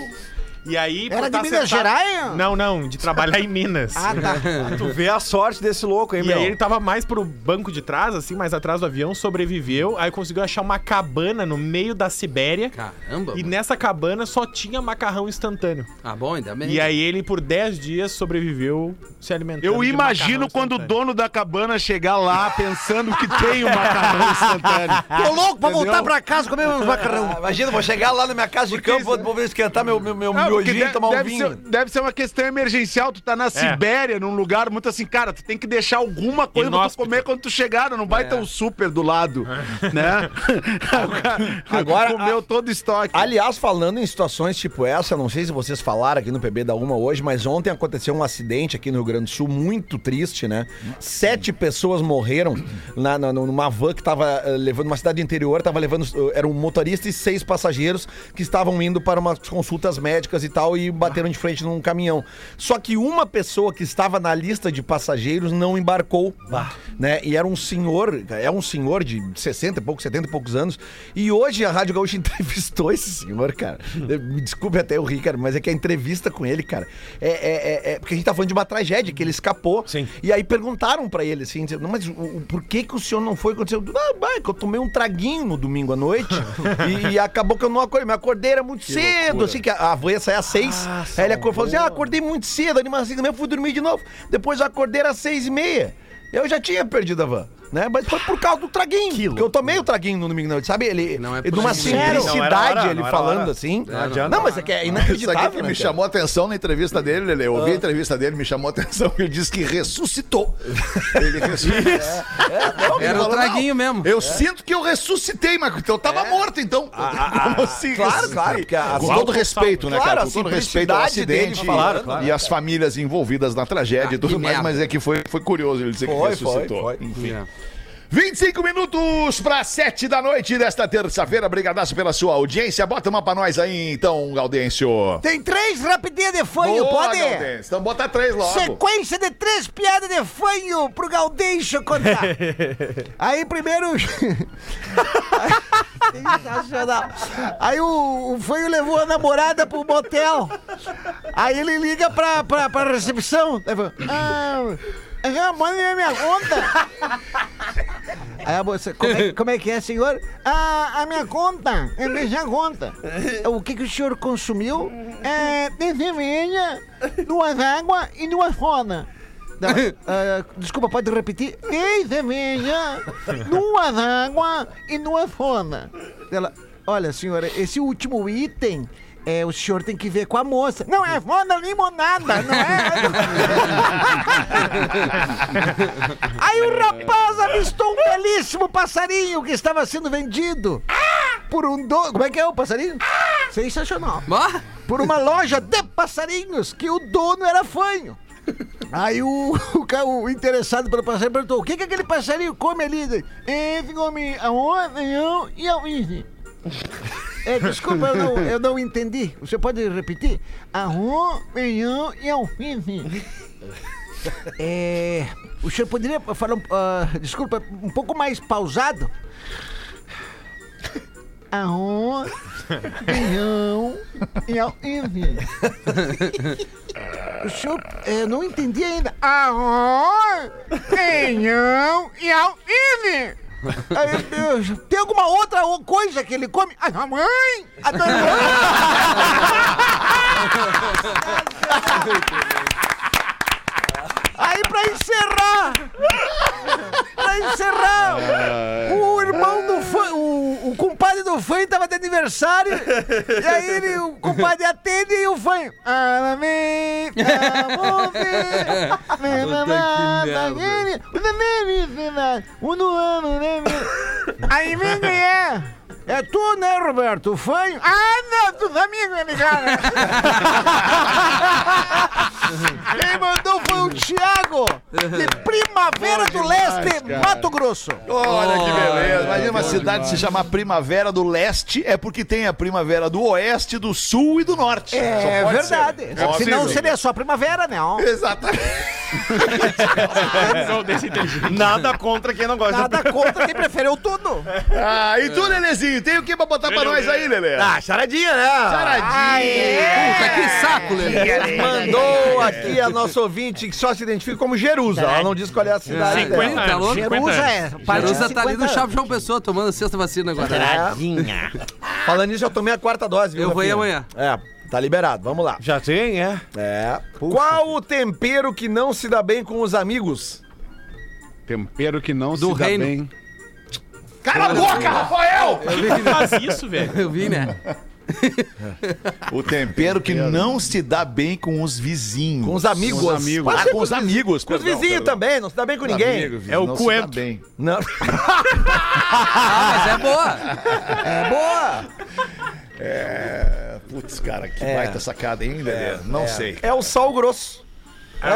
[SPEAKER 9] E aí. por
[SPEAKER 7] Era de
[SPEAKER 9] tá
[SPEAKER 7] Minas
[SPEAKER 9] sentado-
[SPEAKER 7] Gerais?
[SPEAKER 9] Não, não, de trabalhar em Minas.
[SPEAKER 3] Tu vê a sorte desse louco, hein,
[SPEAKER 9] E
[SPEAKER 3] meu?
[SPEAKER 9] aí ele tava mais pro banco de trás, assim, mais atrás do avião, sobreviveu. Aí conseguiu achar uma cabana no meio da Sibéria.
[SPEAKER 2] Caramba,
[SPEAKER 9] E
[SPEAKER 2] mano.
[SPEAKER 9] nessa cabana só tinha macarrão instantâneo.
[SPEAKER 2] Ah, bom, ainda bem.
[SPEAKER 9] E aí ele, por 10 dias, sobreviveu se alimentando.
[SPEAKER 10] Eu
[SPEAKER 9] de
[SPEAKER 10] imagino
[SPEAKER 9] macarrão
[SPEAKER 10] quando o
[SPEAKER 9] instantâneo.
[SPEAKER 10] dono da cabana chegar lá pensando que tem um macarrão instantâneo.
[SPEAKER 7] Tô louco pra voltar pra casa comer uns macarrão.
[SPEAKER 6] Ah, Imagina, vou chegar lá na minha casa de campo, vou, vou vir esquentar meu, meu, meu
[SPEAKER 10] Não, porque
[SPEAKER 6] miojinho
[SPEAKER 10] de-
[SPEAKER 6] e tomar um
[SPEAKER 10] deve,
[SPEAKER 6] vinho.
[SPEAKER 10] ser, deve ser uma questão emergencial. Tu tá na Sibéria, num lugar muito assim, cara, tu tem que deixar alguma coisa
[SPEAKER 9] Inóspito.
[SPEAKER 10] pra tu comer quando tu chegar, não
[SPEAKER 2] É.
[SPEAKER 10] vai ter um super do lado, né?
[SPEAKER 6] Agora,
[SPEAKER 10] comeu todo o estoque.
[SPEAKER 6] Aliás, falando em situações tipo essa, não sei se vocês falaram aqui no PB da Uma hoje, mas ontem aconteceu um acidente aqui no Rio Grande do Sul muito triste, né? Sete pessoas morreram na, na- numa van que tava eh, levando uma cidade interior, tava levando. eh, Era um motorista e seis passageiros que estavam indo para umas consultas médicas e tal e bateram de frente num caminhão. Só que uma pessoa que estava na lista de passageiros não embarcou, né? E era um senhor, é um senhor de 60 e poucos, 70 e poucos anos. E hoje a Rádio Gaúcha entrevistou esse senhor, cara. Eu- Me desculpe até eu rir, cara, mas é que a entrevista com ele, cara, é, é- é- é- porque a gente tá falando de uma tragédia, que ele escapou.
[SPEAKER 3] Sim.
[SPEAKER 6] E aí perguntaram pra ele assim, não, mas o- o- por que que o senhor não foi? Aconteceu, ah, bah, que eu tomei um traguinho no domingo à noite e, e acabou que eu não acordei, me acordei era muito cedo, assim, que a, a van ia sair às seis. aí ele acordou, falou assim, ah, acordei muito cedo, ali umas seis da manhã, fui dormir de novo. Depois eu acordei às seis e meia. Eu já tinha perdido a van. Né? Mas foi por causa do traguinho. Porque eu tomei o traguinho no domingo, à noite, sabe? Ele,
[SPEAKER 2] Não é
[SPEAKER 6] de uma
[SPEAKER 2] possível. Não, era
[SPEAKER 6] simplicidade,
[SPEAKER 9] hora,
[SPEAKER 6] ele
[SPEAKER 9] não era
[SPEAKER 6] falando
[SPEAKER 9] hora.
[SPEAKER 6] assim. Não,
[SPEAKER 2] adianta.
[SPEAKER 6] mas é que é
[SPEAKER 1] Isso aqui que
[SPEAKER 6] inacreditável.
[SPEAKER 1] me
[SPEAKER 6] né, cara?
[SPEAKER 1] chamou a atenção na entrevista dele, Lele. Eu ouvi a entrevista dele, me chamou a atenção. Ele disse que ressuscitou. Ele ressuscitou. Ele
[SPEAKER 2] Era o
[SPEAKER 1] falou,
[SPEAKER 2] traguinho
[SPEAKER 1] "Não,
[SPEAKER 2] mesmo."
[SPEAKER 1] Eu sinto que eu ressuscitei, mas então eu tava
[SPEAKER 6] É?
[SPEAKER 1] morto, então. Como assim,
[SPEAKER 6] Ah, claro,
[SPEAKER 1] ressuscitei?
[SPEAKER 6] claro, porque a- tá
[SPEAKER 1] Com todo respeito, né,
[SPEAKER 6] Claro,
[SPEAKER 1] cara?
[SPEAKER 6] a
[SPEAKER 1] Com todo respeito ao
[SPEAKER 6] simplicidade dele
[SPEAKER 1] acidente
[SPEAKER 6] falando, né?
[SPEAKER 1] e,
[SPEAKER 6] claro,
[SPEAKER 1] e as famílias envolvidas na tragédia e tudo mais,
[SPEAKER 2] merda.
[SPEAKER 1] mas é que foi, foi curioso ele dizer que
[SPEAKER 6] Foi, foi,
[SPEAKER 1] ressuscitou.
[SPEAKER 6] foi.
[SPEAKER 1] Enfim. 25 minutos para 7 da noite desta terça-feira. Brigadaço pela sua audiência. Bota uma pra nós aí, então, Gaudêncio.
[SPEAKER 7] Tem três rapidinhas de fanho,
[SPEAKER 1] Boa,
[SPEAKER 7] pode?
[SPEAKER 1] Gaudêncio. Então bota três logo.
[SPEAKER 7] Sequência de três piadas de fanho pro Galdeixo contar. Aí primeiro. Sensacional. Aí o, o Fanho levou a namorada pro motel. Aí ele liga pra, pra, pra recepção. Aí fala, ah, manda aí minha conta. Aí a moça, como é, como é que é, senhor? Ah, a minha conta, é minha conta. O que, que o senhor consumiu? É, de cerveja, duas águas e duas fonas. Não, ah, desculpa, pode repetir? Ei, cerveja, duas água e duas fona. Ela, olha, senhora, esse último item. É, o senhor tem que ver com a moça. Não, é foda limonada, não é? Aí o rapaz avistou um belíssimo passarinho que estava sendo vendido por um dono. Como é que é o passarinho? Sensacional.
[SPEAKER 2] Bah!
[SPEAKER 7] Por uma loja de passarinhos que o dono era fanho. Aí o, o, ca- o interessado pelo passarinho perguntou: o que, que aquele passarinho come ali? Ele "Ele come a eu e a uísque." É, desculpa, eu não, eu não entendi. Você pode repetir? Arroz, feijão e alfice. É, o senhor poderia falar, um- ah, desculpa, um pouco mais pausado? Arroz, feijão e alfice. O senhor, eu é, não entendi ainda. Arroz, feijão e alfice. Ai, meu Deus. Tem alguma outra o- coisa que ele come? Ai, a mãe! A dona Aí pra encerrar! Pra encerrar! O irmão do fã, o, o compadre do fã tava de aniversário, e aí ele, o compadre atende e o fã. Amém! Amém! Amém! Amém! né, Aí vem quem é? É tu, né, Roberto? O fã? Ah, não, tu amigo, né, cara? Quem mandou foi o Thiago, de Primavera do Leste, Mato Grosso.
[SPEAKER 1] Olha que beleza. Imagina uma cidade se chamar Primavera do Leste, é porque tem a Primavera do Oeste, do Sul e do Norte.
[SPEAKER 7] É
[SPEAKER 1] Só pode
[SPEAKER 7] verdade.
[SPEAKER 1] ser.
[SPEAKER 7] Se não,
[SPEAKER 1] Óbvio.
[SPEAKER 7] seria só primavera, né? ó.
[SPEAKER 1] Exatamente.
[SPEAKER 3] Nada contra quem não gosta
[SPEAKER 7] Nada contra quem prefere outono.
[SPEAKER 1] Ah, e tu, Lelezinho, tem o que pra botar pra nós aí, Lele?
[SPEAKER 3] Ah, charadinha, né?
[SPEAKER 1] Paradinha.
[SPEAKER 2] Puta, que saco, Lelê.
[SPEAKER 6] Mandou aqui a nossa ouvinte que só se identifica como Jerusa. Ela não diz qual é a cidade. dela.
[SPEAKER 9] 50
[SPEAKER 2] Tá
[SPEAKER 9] anos.
[SPEAKER 2] louco?
[SPEAKER 9] 50 anos.
[SPEAKER 7] Jerusa é. parte de
[SPEAKER 2] Jerusa tá ali
[SPEAKER 7] 50
[SPEAKER 2] no
[SPEAKER 7] anos.
[SPEAKER 2] Chave João Pessoa tomando a sexta vacina agora. né?
[SPEAKER 6] Falando nisso, eu tomei a quarta dose. viu,
[SPEAKER 2] Eu vou ir
[SPEAKER 6] Rafinha? É, tá liberado. Vamos lá.
[SPEAKER 3] Já tem, é?
[SPEAKER 6] É. Qual o tempero que não se dá bem com os amigos?
[SPEAKER 10] Tempero que não
[SPEAKER 2] Do
[SPEAKER 10] se dá
[SPEAKER 2] reino.
[SPEAKER 10] bem.
[SPEAKER 1] Cala a boca, Rafael!
[SPEAKER 9] Quem faz isso, velho?
[SPEAKER 2] Eu vi, né?
[SPEAKER 1] O tempero que não se dá bem com os vizinhos.
[SPEAKER 6] Com os amigos.
[SPEAKER 1] Com os amigos.
[SPEAKER 6] Pode
[SPEAKER 1] Ah,
[SPEAKER 6] ser
[SPEAKER 1] com os amigos.
[SPEAKER 6] Com os vizinhos também, não se dá bem com ninguém.
[SPEAKER 1] é o coentro.
[SPEAKER 6] Não.
[SPEAKER 2] Ah, mas é boa.
[SPEAKER 6] É boa.
[SPEAKER 1] Putz, cara, que baita sacada, hein, Lelê? Não sei.
[SPEAKER 6] É o sal grosso. É,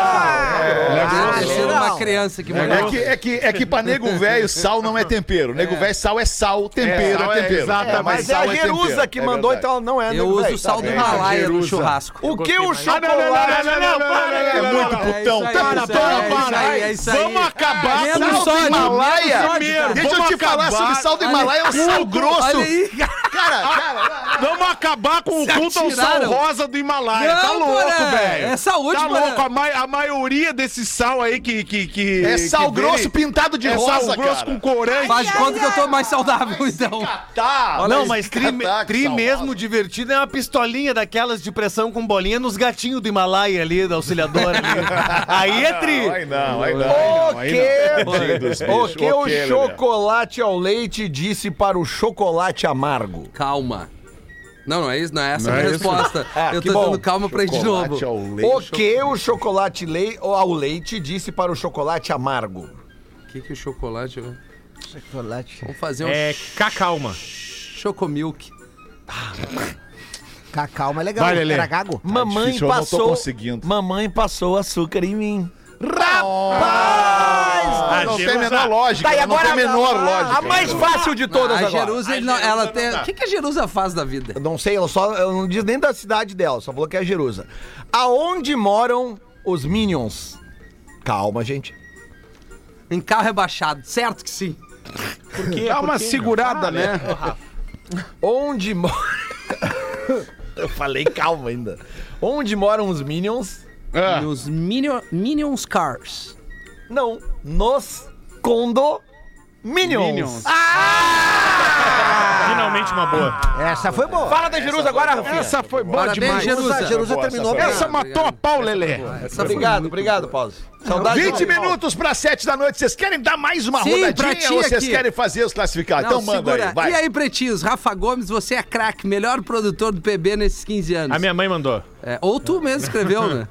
[SPEAKER 2] Tá Parecendo uma criança que
[SPEAKER 1] É
[SPEAKER 2] morreu.
[SPEAKER 1] que, é, que, é que pra nego velho, sal não é tempero. Nego velho, sal é sal, tempero é,
[SPEAKER 10] sal é-
[SPEAKER 1] tempero.
[SPEAKER 10] exatamente.
[SPEAKER 1] É,
[SPEAKER 6] Mas é a
[SPEAKER 1] sal
[SPEAKER 6] Jerusa
[SPEAKER 1] tempero.
[SPEAKER 6] que
[SPEAKER 1] É
[SPEAKER 6] mandou,
[SPEAKER 1] verdade.
[SPEAKER 6] então ela não é.
[SPEAKER 2] Eu
[SPEAKER 6] nego
[SPEAKER 2] uso
[SPEAKER 6] velho,
[SPEAKER 2] o sal
[SPEAKER 6] tá
[SPEAKER 2] do
[SPEAKER 6] bem.
[SPEAKER 2] Himalaia no
[SPEAKER 10] Jerusa.
[SPEAKER 2] churrasco.
[SPEAKER 6] O que o
[SPEAKER 10] Ah, não, não,
[SPEAKER 6] chocolate...
[SPEAKER 10] não, não, não, para,
[SPEAKER 1] É
[SPEAKER 10] cara.
[SPEAKER 1] muito
[SPEAKER 2] É isso
[SPEAKER 1] putão.
[SPEAKER 2] aí,
[SPEAKER 10] Então,
[SPEAKER 1] Para,
[SPEAKER 2] é isso
[SPEAKER 1] para,
[SPEAKER 2] aí,
[SPEAKER 1] para.
[SPEAKER 2] é isso aí, é isso
[SPEAKER 10] Vamos
[SPEAKER 2] aí.
[SPEAKER 10] acabar
[SPEAKER 2] Menos
[SPEAKER 10] com o
[SPEAKER 2] sódio,
[SPEAKER 1] Himalaia?
[SPEAKER 2] menos sódio, cara.
[SPEAKER 1] Deixa eu te falar sobre sal do Himalaia, é um sal grosso.
[SPEAKER 2] Olha aí, cara.
[SPEAKER 1] Cara, cara,
[SPEAKER 10] Vamos acabar com o
[SPEAKER 2] Se
[SPEAKER 10] culto ao sal
[SPEAKER 2] atiraram.
[SPEAKER 10] rosa do Himalaia.
[SPEAKER 2] Não,
[SPEAKER 10] tá louco,
[SPEAKER 2] Porã.
[SPEAKER 10] velho.
[SPEAKER 2] É saúde,
[SPEAKER 10] Tá
[SPEAKER 2] Porã.
[SPEAKER 10] louco. A, mai- a maioria desse sal aí que. que, que
[SPEAKER 1] é sal
[SPEAKER 10] que
[SPEAKER 1] grosso
[SPEAKER 10] vem-
[SPEAKER 1] pintado de
[SPEAKER 10] é
[SPEAKER 1] rosa,
[SPEAKER 10] sal grosso
[SPEAKER 1] cara.
[SPEAKER 10] com corante.
[SPEAKER 2] Faz de conta que eu tô mais saudável, então.
[SPEAKER 1] Tá.
[SPEAKER 3] não, mas tri,
[SPEAKER 1] Caraca,
[SPEAKER 3] tri
[SPEAKER 1] sal
[SPEAKER 3] mesmo
[SPEAKER 1] rosa.
[SPEAKER 3] divertido é uma pistolinha daquelas de pressão com bolinha nos gatinhos do Himalaia ali, da auxiliadora ali. Aí é
[SPEAKER 1] Ai,
[SPEAKER 3] tri.
[SPEAKER 1] não, ai, não.
[SPEAKER 6] O
[SPEAKER 1] ai, não, ai, não. Tadinho dos
[SPEAKER 6] que, o
[SPEAKER 1] bichos.
[SPEAKER 6] que o
[SPEAKER 1] Ok, Lelê.
[SPEAKER 6] chocolate ao leite disse para o chocolate amargo?
[SPEAKER 2] Calma. Não, não é isso, não é essa a
[SPEAKER 10] Não
[SPEAKER 2] minha
[SPEAKER 10] é isso?
[SPEAKER 2] resposta.
[SPEAKER 6] Ah,
[SPEAKER 2] eu
[SPEAKER 6] que
[SPEAKER 2] tô
[SPEAKER 6] bom.
[SPEAKER 2] dando calma pra ele de novo.
[SPEAKER 1] Chocolate ao leite.
[SPEAKER 6] O que o chocolate lei, ou ao leite disse para o chocolate amargo?
[SPEAKER 2] O que que o chocolate...
[SPEAKER 7] Chocolate.
[SPEAKER 2] Vamos fazer um
[SPEAKER 9] É cacalma.
[SPEAKER 2] chocomilk.
[SPEAKER 7] Cacau, mas é legal.
[SPEAKER 10] Vai, Lelê.
[SPEAKER 7] Era gago.
[SPEAKER 6] Tá mamãe
[SPEAKER 1] difícil, eu não tô
[SPEAKER 6] passou.
[SPEAKER 1] conseguindo.
[SPEAKER 6] Mamãe passou açúcar em mim.
[SPEAKER 1] Ah, não tem a menor lógica.
[SPEAKER 6] Tá, e
[SPEAKER 1] não tem a
[SPEAKER 6] agora-
[SPEAKER 1] menor lógica. né?
[SPEAKER 6] A mais fácil de todas
[SPEAKER 2] a
[SPEAKER 6] agora.
[SPEAKER 2] Ah, Jerusa, ele não- ela tem... O que, que a Jerusa faz da vida?
[SPEAKER 6] Eu Não sei, ela só ela não diz nem da cidade dela, só falou que é Jerusa. Aonde moram os Minions? Calma, gente.
[SPEAKER 2] Em carro rebaixado, certo que sim.
[SPEAKER 9] Por quê?
[SPEAKER 10] Dá
[SPEAKER 9] Por
[SPEAKER 10] uma
[SPEAKER 9] quê, meu?
[SPEAKER 10] segurada,
[SPEAKER 9] Ah,
[SPEAKER 2] é.
[SPEAKER 10] né?
[SPEAKER 9] ô, Rafa.
[SPEAKER 6] Onde mora. Eu falei calma ainda. Onde moram os Minions?
[SPEAKER 10] Ah,
[SPEAKER 11] Nos Minion, Minions Cars.
[SPEAKER 6] Não, nos condo. Minions. Ah,
[SPEAKER 10] Minions.
[SPEAKER 9] Finalmente uma boa.
[SPEAKER 7] Essa foi boa.
[SPEAKER 6] Fala da Jerusa agora, Rafinha.
[SPEAKER 10] Essa foi boa
[SPEAKER 2] Parabéns,
[SPEAKER 10] demais.
[SPEAKER 2] Jerusa.
[SPEAKER 7] Jerusa, Jerusa
[SPEAKER 1] boa,
[SPEAKER 7] terminou.
[SPEAKER 1] essa
[SPEAKER 10] Essa matou a pau, Lelê.
[SPEAKER 2] Essa foi
[SPEAKER 6] Obrigado,
[SPEAKER 2] muito
[SPEAKER 6] obrigado, Paulo. Saudade.
[SPEAKER 1] 20
[SPEAKER 6] de Paulo.
[SPEAKER 1] minutos para 7 da noite. Vocês querem dar mais uma
[SPEAKER 2] Sim, pra
[SPEAKER 1] rodadinha
[SPEAKER 2] ti
[SPEAKER 1] ou vocês
[SPEAKER 2] aqui.
[SPEAKER 1] querem fazer os classificados?
[SPEAKER 2] Não,
[SPEAKER 1] Então manda
[SPEAKER 2] segura.
[SPEAKER 1] aí, vai.
[SPEAKER 2] E aí, pretinhos, Rafa Gomes, você é craque, melhor produtor do PB nesses 15 anos.
[SPEAKER 9] A minha mãe mandou.
[SPEAKER 2] É, ou tu mesmo escreveu, né?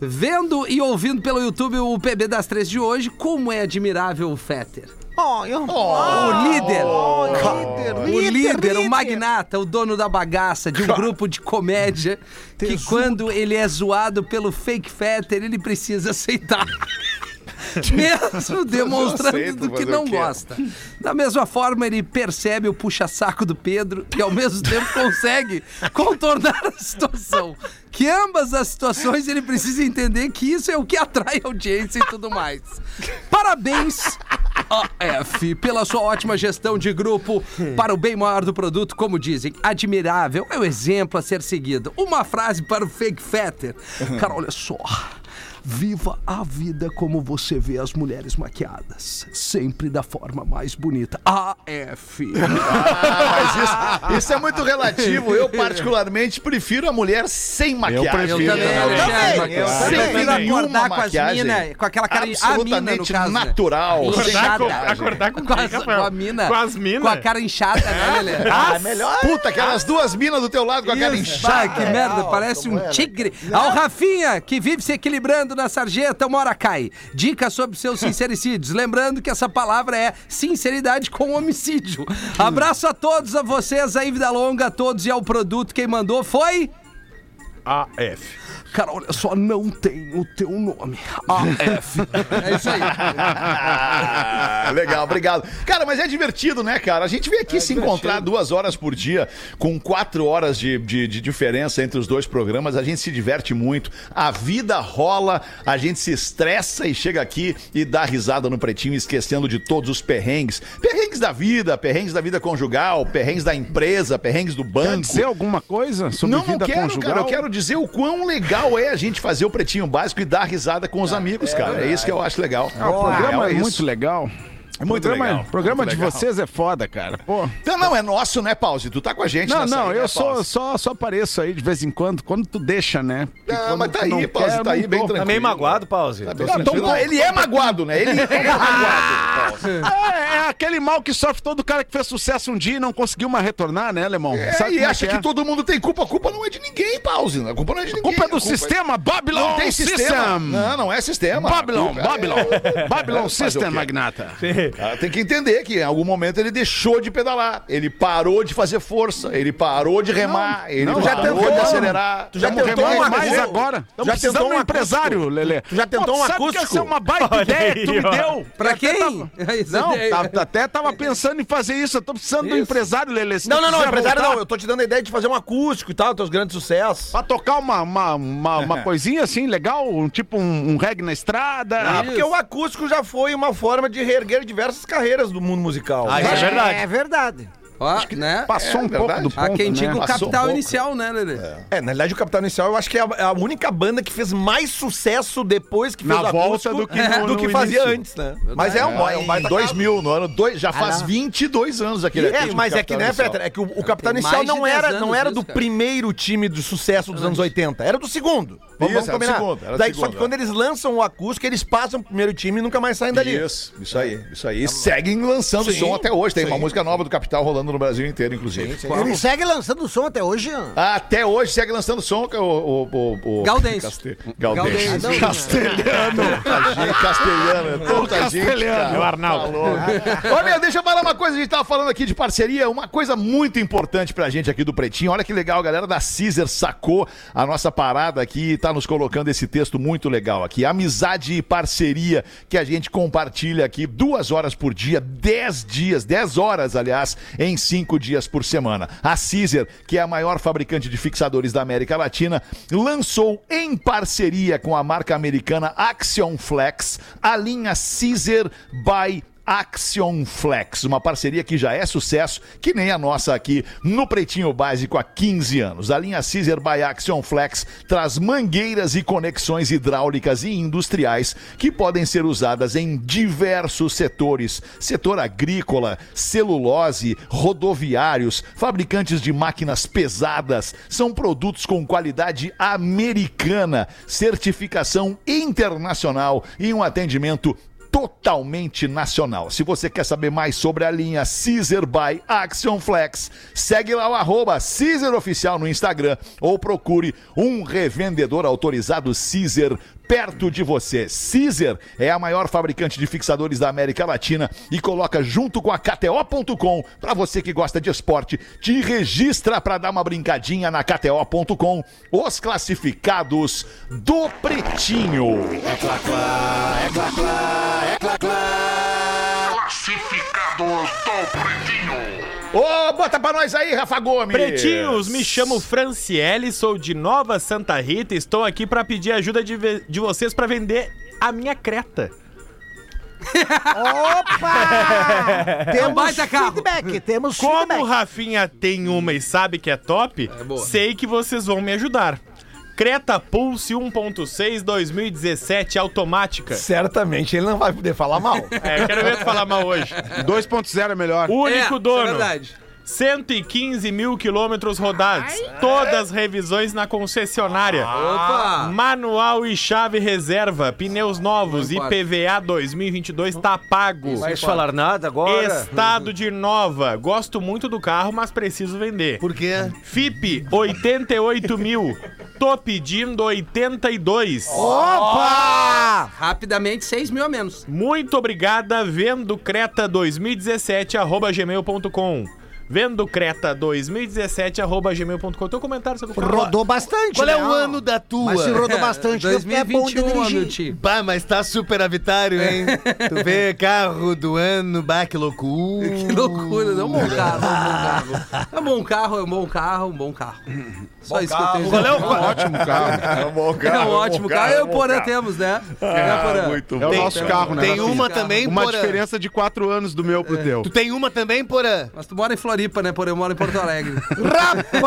[SPEAKER 2] Vendo e ouvindo pelo YouTube o PB das três de hoje, como é admirável o Fetter. o Oh. líder, o líder, o magnata, o dono da bagaça de um grupo de comédia que quando ele é zoado pelo fake Fetter, ele precisa aceitar. Mesmo demonstrando
[SPEAKER 1] aceito
[SPEAKER 2] do que
[SPEAKER 1] fazer
[SPEAKER 2] não
[SPEAKER 1] o quê?
[SPEAKER 2] gosta. Da mesma forma, ele percebe o puxa-saco do Pedro e, ao mesmo tempo, consegue contornar a situação. Que ambas as situações ele precisa entender que isso é o que atrai audiência e tudo mais. Parabéns, AF, pela sua ótima gestão de grupo para o bem maior do produto, como dizem. Admirável é o exemplo a ser seguido. Uma frase para o fake fetter. Cara, olha só. Viva a vida como você vê as mulheres maquiadas. Sempre da forma mais bonita. AF.
[SPEAKER 1] Ah, mas isso, isso é muito relativo. Eu, particularmente, prefiro a mulher sem maquiagem.
[SPEAKER 10] prefiro Eu também, também.
[SPEAKER 1] Alexandre. Eu
[SPEAKER 2] Sem
[SPEAKER 1] também.
[SPEAKER 2] prefiro
[SPEAKER 1] Nenhuma
[SPEAKER 2] acordar com as
[SPEAKER 1] maquiagem.
[SPEAKER 2] mina, com aquela cara de a mina, no
[SPEAKER 1] absolutamente
[SPEAKER 2] caso, né?
[SPEAKER 1] natural.
[SPEAKER 9] Acordar com,
[SPEAKER 2] Chata.
[SPEAKER 9] acordar com,
[SPEAKER 2] Com,
[SPEAKER 9] quem,
[SPEAKER 2] as, com
[SPEAKER 9] Rafael?
[SPEAKER 2] a mina.
[SPEAKER 9] Com as minas?
[SPEAKER 2] Com a cara inchada, né, Lelê?
[SPEAKER 1] Ah, é melhor. Puta, aquelas duas minas do teu lado com a cara
[SPEAKER 2] Bah,
[SPEAKER 1] inchada.
[SPEAKER 2] Ah, que merda, parece um tigre. Ao Rafinha, que vive se equilibrando na sarjeta, uma hora cai. Dica sobre seus sincericídios. Lembrando que essa palavra é sinceridade com homicídio. Abraço a todos, a vocês, aí, vida longa, a todos e ao produto. Quem mandou foi.
[SPEAKER 10] AF.
[SPEAKER 2] Cara, olha só, não tem o teu nome. AF. É isso aí.
[SPEAKER 1] Ah, Legal, obrigado. Cara, mas é divertido, né, cara? A gente vem aqui se encontrar duas horas por dia, com quatro horas de, de, de diferença entre os dois programas. A gente se diverte muito, a vida rola, a gente se estressa e chega aqui e dá risada no pretinho, esquecendo de todos os perrengues. Perrengues da vida, perrengues da vida conjugal, perrengues da empresa, perrengues do banco.
[SPEAKER 10] Quer dizer é alguma coisa sobre
[SPEAKER 1] Não, não
[SPEAKER 10] vida
[SPEAKER 1] quero,
[SPEAKER 10] conjugal?
[SPEAKER 1] cara. Eu quero dizer o quão legal é a gente fazer o pretinho básico e dar risada com os amigos, cara. É isso que eu acho legal.
[SPEAKER 10] Ah, o programa é,
[SPEAKER 1] isso.
[SPEAKER 10] muito legal.
[SPEAKER 1] É muito
[SPEAKER 10] programa,
[SPEAKER 1] legal,
[SPEAKER 10] O programa
[SPEAKER 1] muito
[SPEAKER 10] de
[SPEAKER 1] legal.
[SPEAKER 10] vocês é foda, cara. Pô.
[SPEAKER 1] Então não, é nosso, né, Pause? Tu tá com a gente,
[SPEAKER 10] Não,
[SPEAKER 1] nessa
[SPEAKER 10] não,
[SPEAKER 1] aí,
[SPEAKER 10] eu
[SPEAKER 1] né,
[SPEAKER 10] só,
[SPEAKER 1] Pause?
[SPEAKER 10] só, só apareço aí de vez em quando, quando tu deixa, né? Porque
[SPEAKER 1] Ah,
[SPEAKER 10] quando
[SPEAKER 1] mas tá
[SPEAKER 10] tu
[SPEAKER 1] aí,
[SPEAKER 10] não
[SPEAKER 1] Pause,
[SPEAKER 10] quer,
[SPEAKER 1] tá aí
[SPEAKER 10] não
[SPEAKER 1] bem
[SPEAKER 10] tô.
[SPEAKER 1] tranquilo.
[SPEAKER 3] Tá meio magoado, pause.
[SPEAKER 1] Tá bem
[SPEAKER 10] Ah, então
[SPEAKER 1] tranquilo.
[SPEAKER 10] bom.
[SPEAKER 1] ele é magoado, né? Ele é magoado. Pause.
[SPEAKER 10] Ah, é, é aquele mal que sofre todo cara que fez sucesso um dia e não conseguiu mais retornar, né, Alemão?
[SPEAKER 1] É,
[SPEAKER 10] Sabe
[SPEAKER 1] e
[SPEAKER 10] como é
[SPEAKER 1] acha que,
[SPEAKER 10] é?
[SPEAKER 1] todo mundo tem culpa. A culpa não é de ninguém, Pause. A culpa não é de
[SPEAKER 10] A
[SPEAKER 1] ninguém.
[SPEAKER 10] culpa é do
[SPEAKER 1] a
[SPEAKER 10] sistema Babylon
[SPEAKER 1] Não tem sistema. Não, não é sistema. A
[SPEAKER 10] Babylon,
[SPEAKER 1] culpa é-
[SPEAKER 10] Babylon. Babylon
[SPEAKER 1] Fazer o
[SPEAKER 10] System,
[SPEAKER 1] quê?
[SPEAKER 10] magnata.
[SPEAKER 1] Ah, Tem que entender que em algum momento ele deixou de pedalar, ele parou de fazer força, ele parou de remar, ele
[SPEAKER 10] não, já
[SPEAKER 1] parou
[SPEAKER 10] tentou,
[SPEAKER 1] de acelerar.
[SPEAKER 10] Já
[SPEAKER 1] Vamos
[SPEAKER 10] tentou
[SPEAKER 1] remar
[SPEAKER 10] mais
[SPEAKER 1] mais
[SPEAKER 10] agora. Estamos
[SPEAKER 6] Já
[SPEAKER 10] precisando
[SPEAKER 6] tentou
[SPEAKER 10] de
[SPEAKER 6] um
[SPEAKER 10] um empresário,
[SPEAKER 6] acústico?
[SPEAKER 10] Lelê.
[SPEAKER 6] Tu já tentou um
[SPEAKER 10] sabe Que
[SPEAKER 6] acústico?
[SPEAKER 10] essa é uma baita
[SPEAKER 9] Olha
[SPEAKER 10] ideia que tu
[SPEAKER 9] aí,
[SPEAKER 10] me
[SPEAKER 9] ó.
[SPEAKER 10] deu.
[SPEAKER 2] Pra
[SPEAKER 10] Eu até
[SPEAKER 2] quem?
[SPEAKER 10] tava-
[SPEAKER 2] É isso
[SPEAKER 10] Não,
[SPEAKER 2] aí.
[SPEAKER 10] tá- até tava pensando em fazer isso. Eu tô precisando de um empresário, Lelê. se
[SPEAKER 6] Não,
[SPEAKER 10] tu
[SPEAKER 6] não, não,
[SPEAKER 10] quiser
[SPEAKER 6] empresário
[SPEAKER 10] voltar
[SPEAKER 6] não. Eu tô te dando a ideia de fazer um acústico e tal, teus grandes sucessos.
[SPEAKER 10] Pra tocar uma, uma, uma, uma coisinha assim legal, um, tipo um, um reggae na estrada.
[SPEAKER 6] Ah, porque o acústico já foi uma forma de reerguer diversas carreiras do mundo musical.
[SPEAKER 3] Ah, isso é verdade.
[SPEAKER 7] É verdade.
[SPEAKER 2] Ó, né?
[SPEAKER 10] Passou
[SPEAKER 1] É
[SPEAKER 10] um pouco
[SPEAKER 1] verdade.
[SPEAKER 10] do
[SPEAKER 2] Há
[SPEAKER 10] ponto,
[SPEAKER 2] quem
[SPEAKER 10] né?
[SPEAKER 2] diga o
[SPEAKER 1] Passou um
[SPEAKER 2] capital
[SPEAKER 1] pouco.
[SPEAKER 2] inicial, né, Lelê?
[SPEAKER 6] É, na verdade, o Capital Inicial eu acho que é a, a única banda que fez mais sucesso depois que fez
[SPEAKER 10] Na
[SPEAKER 6] o
[SPEAKER 10] volta
[SPEAKER 6] acústico
[SPEAKER 10] do que no-
[SPEAKER 6] do
[SPEAKER 10] no
[SPEAKER 6] que fazia
[SPEAKER 10] início.
[SPEAKER 6] antes, né? Mas é um,
[SPEAKER 1] Ó,
[SPEAKER 6] é um
[SPEAKER 1] em
[SPEAKER 6] baita
[SPEAKER 1] 2000, no ano dois, já faz
[SPEAKER 7] não.
[SPEAKER 1] 22 anos aquele
[SPEAKER 6] É,
[SPEAKER 1] artista
[SPEAKER 6] mas
[SPEAKER 1] do
[SPEAKER 6] é que,
[SPEAKER 1] Capital
[SPEAKER 6] né,
[SPEAKER 1] Inicial.
[SPEAKER 6] Petra? É que o, o Capitão
[SPEAKER 2] tem
[SPEAKER 6] Inicial
[SPEAKER 2] mais de
[SPEAKER 6] não
[SPEAKER 2] 10
[SPEAKER 6] era,
[SPEAKER 2] anos
[SPEAKER 6] não era
[SPEAKER 2] isso,
[SPEAKER 6] do
[SPEAKER 2] cara.
[SPEAKER 6] primeiro time de sucesso dos anos 80, era do segundo. Vamos,
[SPEAKER 1] Isso, era
[SPEAKER 6] vamos
[SPEAKER 1] do
[SPEAKER 6] combinar.
[SPEAKER 1] segundo, era do
[SPEAKER 6] Daí, só
[SPEAKER 1] segundo,
[SPEAKER 6] que
[SPEAKER 1] é.
[SPEAKER 6] quando eles lançam o acústico, eles passam o primeiro time e nunca mais saem dali.
[SPEAKER 1] Isso, isso aí, isso aí. E seguem lançando som até hoje. Tem uma música nova do Capital rolando no Brasil inteiro, inclusive.
[SPEAKER 7] Ele segue lançando som até hoje.
[SPEAKER 1] Ah, Até hoje segue lançando som, é o. o, o, o
[SPEAKER 2] Gaudense.
[SPEAKER 1] Castel-
[SPEAKER 2] Gaudense.
[SPEAKER 1] Gaudense. Castelhano. Tanta gente, castelhano. é Tanta gente. cara. Tá
[SPEAKER 9] É o Arnaldo.
[SPEAKER 1] Ô, meu, deixa eu falar uma coisa, a gente tava falando aqui de parceria, uma coisa muito importante pra gente aqui do Pretinho. Olha que legal, a galera da Caesar sacou a nossa parada aqui e tá nos colocando esse texto muito legal aqui. Amizade e parceria que a gente compartilha aqui duas horas por dia, dez dias, dez horas, aliás, em cinco dias por semana. A Caesar, que é a maior fabricante de fixadores da América Latina, lançou em parceria com a marca americana Axion Flex a linha Caesar by Axion Flex, uma parceria que já é sucesso, que nem a nossa aqui no Pretinho Básico há 15 anos. A linha Caesar by Axion Flex traz mangueiras e conexões hidráulicas e industriais que podem ser usadas em diversos setores: setor agrícola, celulose, rodoviários, fabricantes de máquinas pesadas. São produtos com qualidade americana, certificação internacional e um atendimento totalmente nacional. Se você quer saber mais sobre a linha Caesar by Action Flex, segue lá o arroba Caesar Oficial no Instagram ou procure um revendedor autorizado Caesar perto de você. Caesar é a maior fabricante de fixadores da América Latina e coloca junto com a KTO.com para você que gosta de esporte, te registra para dar uma brincadinha na KTO.com. Os classificados do Pretinho. Ô, bota pra nós aí, Rafa Gomes!
[SPEAKER 9] Pretinhos,
[SPEAKER 10] É
[SPEAKER 9] me chamo Franciele, sou de Nova Santa Rita, estou aqui pra pedir ajuda de, ve- de vocês pra vender a minha Creta.
[SPEAKER 7] Opa! temos
[SPEAKER 2] baita carro.
[SPEAKER 7] feedback, temos
[SPEAKER 9] Como o
[SPEAKER 7] feedback.
[SPEAKER 9] Rafinha tem uma e sabe que é top,
[SPEAKER 2] boa.
[SPEAKER 9] sei que vocês vão me ajudar. Creta Pulse 1.6 2017 automática.
[SPEAKER 6] Certamente ele não vai poder falar mal.
[SPEAKER 9] É, quero ver tu falar mal hoje.
[SPEAKER 10] 2.0 é melhor.
[SPEAKER 9] Único
[SPEAKER 2] é,
[SPEAKER 9] dono.
[SPEAKER 2] É verdade.
[SPEAKER 9] 115 mil quilômetros rodados. Todas revisões na concessionária.
[SPEAKER 2] Ah, Opa!
[SPEAKER 9] Manual e chave reserva. Pneus novos.
[SPEAKER 2] Não importa.
[SPEAKER 9] IPVA 2022 tá pago.
[SPEAKER 3] Vai falar nada agora?
[SPEAKER 9] Estado de nova. Gosto muito do carro, mas preciso vender.
[SPEAKER 3] Por quê?
[SPEAKER 9] FIP 88 mil. Tô pedindo 82.
[SPEAKER 2] Rapidamente, 6 mil a menos.
[SPEAKER 9] Muito obrigada, vendo Creta 2017 arroba gmail.com. Vendo Creta 2017 arroba gmail.com. Teu comentário sobre o carro.
[SPEAKER 7] Rodou bastante,
[SPEAKER 3] Qual é
[SPEAKER 7] né?
[SPEAKER 3] o ano da tua?
[SPEAKER 7] Mas se rodou bastante, é bom de
[SPEAKER 2] 2021,
[SPEAKER 7] dirigir.
[SPEAKER 2] meu tio.
[SPEAKER 3] Bah, mas tá superavitário, hein? tu vê carro do ano, bah, que loucura.
[SPEAKER 2] Que loucura, não é um bom carro, é um bom carro. É um bom carro, é um bom carro, é um bom carro. Só isso que eu tenho.
[SPEAKER 10] É um ótimo carro.
[SPEAKER 1] É um bom
[SPEAKER 2] É um
[SPEAKER 1] bom
[SPEAKER 2] ótimo carro. Eu e o
[SPEAKER 1] bom
[SPEAKER 2] Porã
[SPEAKER 1] carro.
[SPEAKER 2] temos, né?
[SPEAKER 1] Ah,
[SPEAKER 2] né, Porã?
[SPEAKER 1] muito
[SPEAKER 10] É o
[SPEAKER 1] bom.
[SPEAKER 10] nosso carro, né?
[SPEAKER 3] Tem
[SPEAKER 10] Rafinha?
[SPEAKER 3] uma
[SPEAKER 2] carro.
[SPEAKER 3] também,
[SPEAKER 10] Uma
[SPEAKER 3] Porã?
[SPEAKER 10] diferença de quatro anos do meu pro teu.
[SPEAKER 3] Tu tem uma também, Porã?
[SPEAKER 2] Mas tu mora em Floripa, né, Porã? Eu moro em Porto Alegre.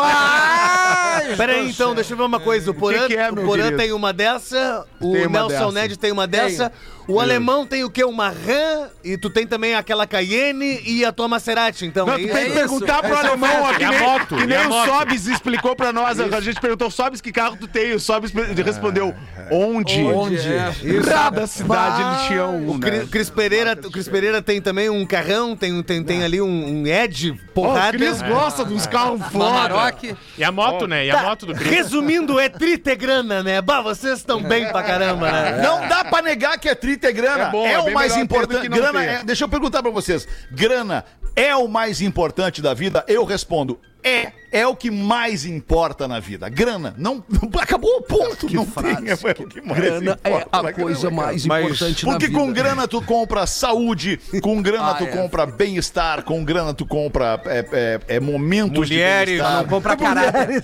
[SPEAKER 3] Rapaz! Peraí, então, deixa eu ver uma coisa. O Porã,
[SPEAKER 10] que é,
[SPEAKER 3] o
[SPEAKER 10] meu
[SPEAKER 3] Porã
[SPEAKER 10] querido?
[SPEAKER 3] tem uma dessa, o
[SPEAKER 10] Tem uma
[SPEAKER 3] Nelson
[SPEAKER 10] dessa.
[SPEAKER 3] Ned tem uma dessa, o alemão tem o quê? Uma RAM, e tu tem também aquela Cayenne e a tua Maserati, então.
[SPEAKER 10] Não,
[SPEAKER 3] é
[SPEAKER 10] tu
[SPEAKER 3] isso?
[SPEAKER 10] tem que
[SPEAKER 2] isso.
[SPEAKER 10] perguntar pro alemão aqui,
[SPEAKER 9] E a
[SPEAKER 10] nem,
[SPEAKER 9] moto,
[SPEAKER 10] que
[SPEAKER 9] e
[SPEAKER 10] nem
[SPEAKER 9] a
[SPEAKER 10] o
[SPEAKER 9] moto.
[SPEAKER 10] Sobis explicou pra nós. A gente perguntou, Sobis, que carro tu tem? O Sobis respondeu, onde?
[SPEAKER 2] É.
[SPEAKER 10] Isso. Cada cidade ele tinha um.
[SPEAKER 3] O
[SPEAKER 10] né?
[SPEAKER 3] Cri- Cris Pereira, o Cris Pereira tem também um carrão, tem, um- tem, tem ali um, um Ed
[SPEAKER 8] Ó, o
[SPEAKER 3] porrada.
[SPEAKER 8] Cris gosta dos carros foda.
[SPEAKER 2] Maroc.
[SPEAKER 9] E a moto, né? E a moto do Cris.
[SPEAKER 3] Resumindo, é tritegrana, né?
[SPEAKER 1] É
[SPEAKER 3] Bah, vocês estão bem pra caramba, né?
[SPEAKER 1] Não dá pra negar que é trita é grana.
[SPEAKER 10] É
[SPEAKER 1] É,
[SPEAKER 10] bom, é
[SPEAKER 1] o
[SPEAKER 10] bem
[SPEAKER 1] mais
[SPEAKER 10] melhor ter do
[SPEAKER 1] importante.
[SPEAKER 10] que não
[SPEAKER 1] Grana
[SPEAKER 10] ter.
[SPEAKER 1] é- Deixa eu perguntar pra vocês. Grana é o mais importante da vida? Eu respondo. É, é o que mais importa na vida. Grana. Não, acabou o ponto. não tem. É, o que mais
[SPEAKER 2] Grana é
[SPEAKER 1] importa na
[SPEAKER 2] a coisa
[SPEAKER 1] grana, cara.
[SPEAKER 2] mais
[SPEAKER 10] Mas-
[SPEAKER 2] importante na
[SPEAKER 1] Porque
[SPEAKER 2] vida.
[SPEAKER 1] com grana tu compra saúde, com grana
[SPEAKER 2] Ah,
[SPEAKER 1] tu
[SPEAKER 2] é.
[SPEAKER 1] compra bem-estar, com grana tu compra é, é, é momentos
[SPEAKER 9] Mulheres,
[SPEAKER 1] de bem-estar.
[SPEAKER 2] Não compra
[SPEAKER 1] é,
[SPEAKER 2] caráter.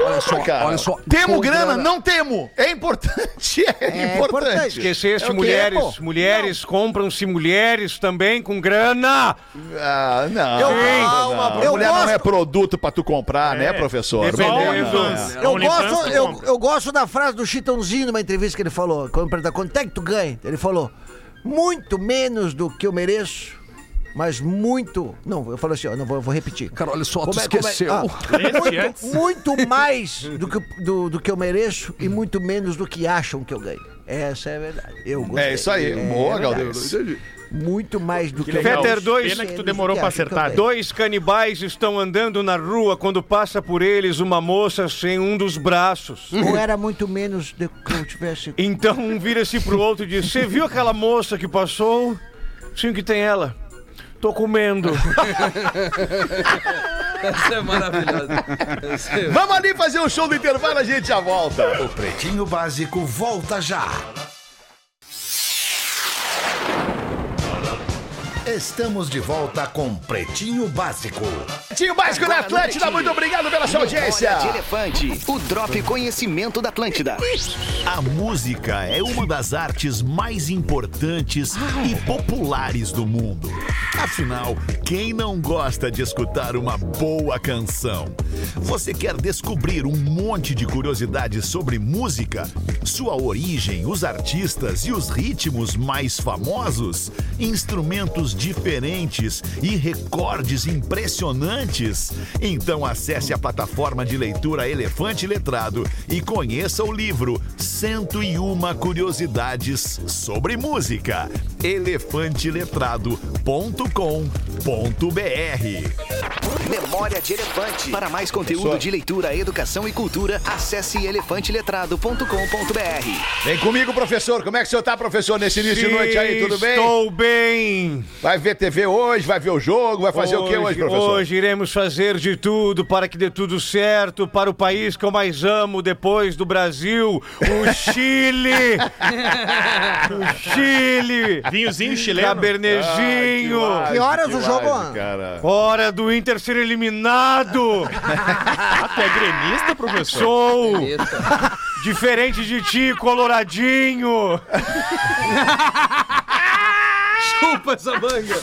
[SPEAKER 1] Olha
[SPEAKER 2] só, olha só.
[SPEAKER 1] Temo
[SPEAKER 2] Com
[SPEAKER 1] grana,
[SPEAKER 2] grana-
[SPEAKER 1] não temo. É importante, é, importante. É
[SPEAKER 3] Esqueceste
[SPEAKER 1] o que é, pô.
[SPEAKER 3] mulheres. mulheres compram-se mulheres também com grana.
[SPEAKER 1] Ah, não.
[SPEAKER 7] Eu-
[SPEAKER 1] Não,
[SPEAKER 7] calma,
[SPEAKER 1] não.
[SPEAKER 7] eu
[SPEAKER 1] Mulher não
[SPEAKER 7] gosto-
[SPEAKER 1] é produto pra tu comprar, né, professor?
[SPEAKER 9] Dependendo
[SPEAKER 1] Não,
[SPEAKER 9] do
[SPEAKER 1] não,
[SPEAKER 9] OnlyFans.
[SPEAKER 1] não.
[SPEAKER 7] Eu
[SPEAKER 9] OnlyFans
[SPEAKER 7] gosto,
[SPEAKER 9] tu
[SPEAKER 7] eu,
[SPEAKER 9] compra.
[SPEAKER 7] eu gosto da frase do Chitãozinho numa entrevista que ele falou. Quando pergunta quanto é que tu ganha? Ele falou, muito menos do que eu mereço, mas muito. Não, eu falo assim, ó, não vou, eu vou repetir.
[SPEAKER 2] Cara, olha só, tu
[SPEAKER 7] Como é- como é-
[SPEAKER 2] esqueceu.
[SPEAKER 7] ah,
[SPEAKER 9] Esse antes.
[SPEAKER 7] muito, muito mais do que, do, do que eu mereço e muito menos do que acham que eu ganho. Essa é a verdade. Eu gosto.
[SPEAKER 1] É isso aí. Boa, Galdeiros.
[SPEAKER 7] Muito mais do que, eu
[SPEAKER 9] legal.
[SPEAKER 7] mereço.
[SPEAKER 3] Fetter dois.
[SPEAKER 9] Pena que tu demorou pra acertar.
[SPEAKER 3] Dois canibais estão andando na rua quando passa por eles uma moça sem um dos braços.
[SPEAKER 7] Ou era muito menos do que eu tivesse.
[SPEAKER 3] Então um vira-se pro outro e diz: Você viu aquela moça que passou? Sim, que tem ela. Tô comendo.
[SPEAKER 2] Isso é maravilhoso. Isso é-
[SPEAKER 1] Vamos ali fazer o show do intervalo, a gente já volta.
[SPEAKER 4] O Pretinho Básico volta já. Estamos de volta com Pretinho Básico.
[SPEAKER 1] Pretinho Básico da Atlântida, muito obrigado pela sua audiência.
[SPEAKER 12] de elefante, o Drop Conhecimento da Atlântida.
[SPEAKER 13] A música é uma das artes mais importantes e populares do mundo. Afinal, quem não gosta de escutar uma boa canção? Você quer descobrir um monte de curiosidades sobre música, sua origem, os artistas e os ritmos mais famosos, instrumentos diferentes e recordes impressionantes? Então acesse a plataforma de leitura Elefante Letrado e conheça o livro 101 Curiosidades sobre Música. elefanteletrado.com.br
[SPEAKER 12] Memória de Elefante. Para mais conteúdo
[SPEAKER 13] Pessoal.
[SPEAKER 12] de leitura, educação e cultura, acesse elefanteletrado.com.br.
[SPEAKER 1] Vem comigo, professor. Como é que o senhor tá, professor, nesse início de noite aí? Tudo bem?
[SPEAKER 3] Estou bem.
[SPEAKER 1] Vai ver TV hoje, vai ver o jogo, vai fazer o que hoje, professor?
[SPEAKER 3] Hoje iremos fazer de tudo para que dê tudo certo para o país que eu mais amo depois do Brasil, o Chile. o Chile.
[SPEAKER 9] Vinhozinho chileno.
[SPEAKER 3] Cabernezinho.
[SPEAKER 9] Ah, que
[SPEAKER 7] Que horas o jogo?
[SPEAKER 3] Hora do Inter ser eliminado.
[SPEAKER 9] Ah, tu é gremista, professor?
[SPEAKER 3] Sou. Diferente de ti, coloradinho.
[SPEAKER 2] Chupa essa manga.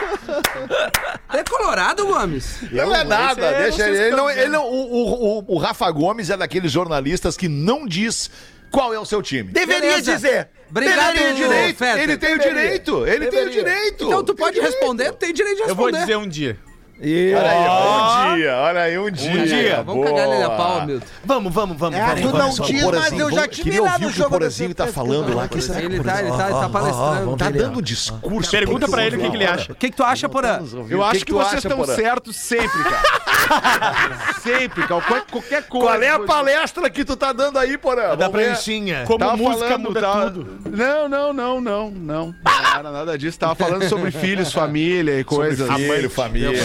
[SPEAKER 2] é colorado, Gomes?
[SPEAKER 1] Não é nada,
[SPEAKER 3] é,
[SPEAKER 1] deixa
[SPEAKER 3] vocês
[SPEAKER 1] ele. ele
[SPEAKER 3] estão
[SPEAKER 1] não, ele
[SPEAKER 3] vendo.
[SPEAKER 1] não- o, o- o- o Rafa Gomes é daqueles jornalistas que não diz qual é o seu time.
[SPEAKER 2] Deveria dizer. Obrigado,
[SPEAKER 1] Ele tem o direito,
[SPEAKER 2] Fetter.
[SPEAKER 1] ele tem o direito, ele tem o direito.
[SPEAKER 2] Então tu pode
[SPEAKER 1] Tem o direito.
[SPEAKER 2] responder, tu tem direito de
[SPEAKER 9] Eu vou
[SPEAKER 2] responder.
[SPEAKER 9] dizer um dia.
[SPEAKER 1] Olha aí, um dia, olha aí, um dia.
[SPEAKER 3] dia.
[SPEAKER 2] Vamos cagar ele na
[SPEAKER 1] Boa.
[SPEAKER 2] pau, Milton.
[SPEAKER 3] Vamos, vamos, vamos.
[SPEAKER 7] É,
[SPEAKER 3] vamos,
[SPEAKER 7] tu
[SPEAKER 3] vamos.
[SPEAKER 7] não diz, mas eu já te vi lá no jogo. do-
[SPEAKER 2] Ele tá, ele tá, ele tá palestrando.
[SPEAKER 1] Tá dando discurso.
[SPEAKER 9] Pergunta pra ele o que, que ele é.
[SPEAKER 2] O
[SPEAKER 9] acha.
[SPEAKER 2] que, que tu acha, Porã?
[SPEAKER 10] Eu
[SPEAKER 1] O que
[SPEAKER 10] acho
[SPEAKER 1] que
[SPEAKER 10] que,
[SPEAKER 1] tu
[SPEAKER 10] vocês
[SPEAKER 1] acha,
[SPEAKER 10] estão
[SPEAKER 1] Porã?
[SPEAKER 10] certos sempre, cara. sempre, cara. Qual- Qualquer coisa.
[SPEAKER 1] Qual é a palestra que tu tá dando aí,
[SPEAKER 3] Da
[SPEAKER 1] Porã? Vamos ver. Tá
[SPEAKER 3] prancinha.
[SPEAKER 10] Como Tava música falando,
[SPEAKER 9] muda
[SPEAKER 10] tava-
[SPEAKER 9] tudo.
[SPEAKER 10] Não, não, não, não, não. Não era nada disso. Tava falando sobre filhos, família e
[SPEAKER 1] Sobre
[SPEAKER 10] coisas.
[SPEAKER 1] Filho, família.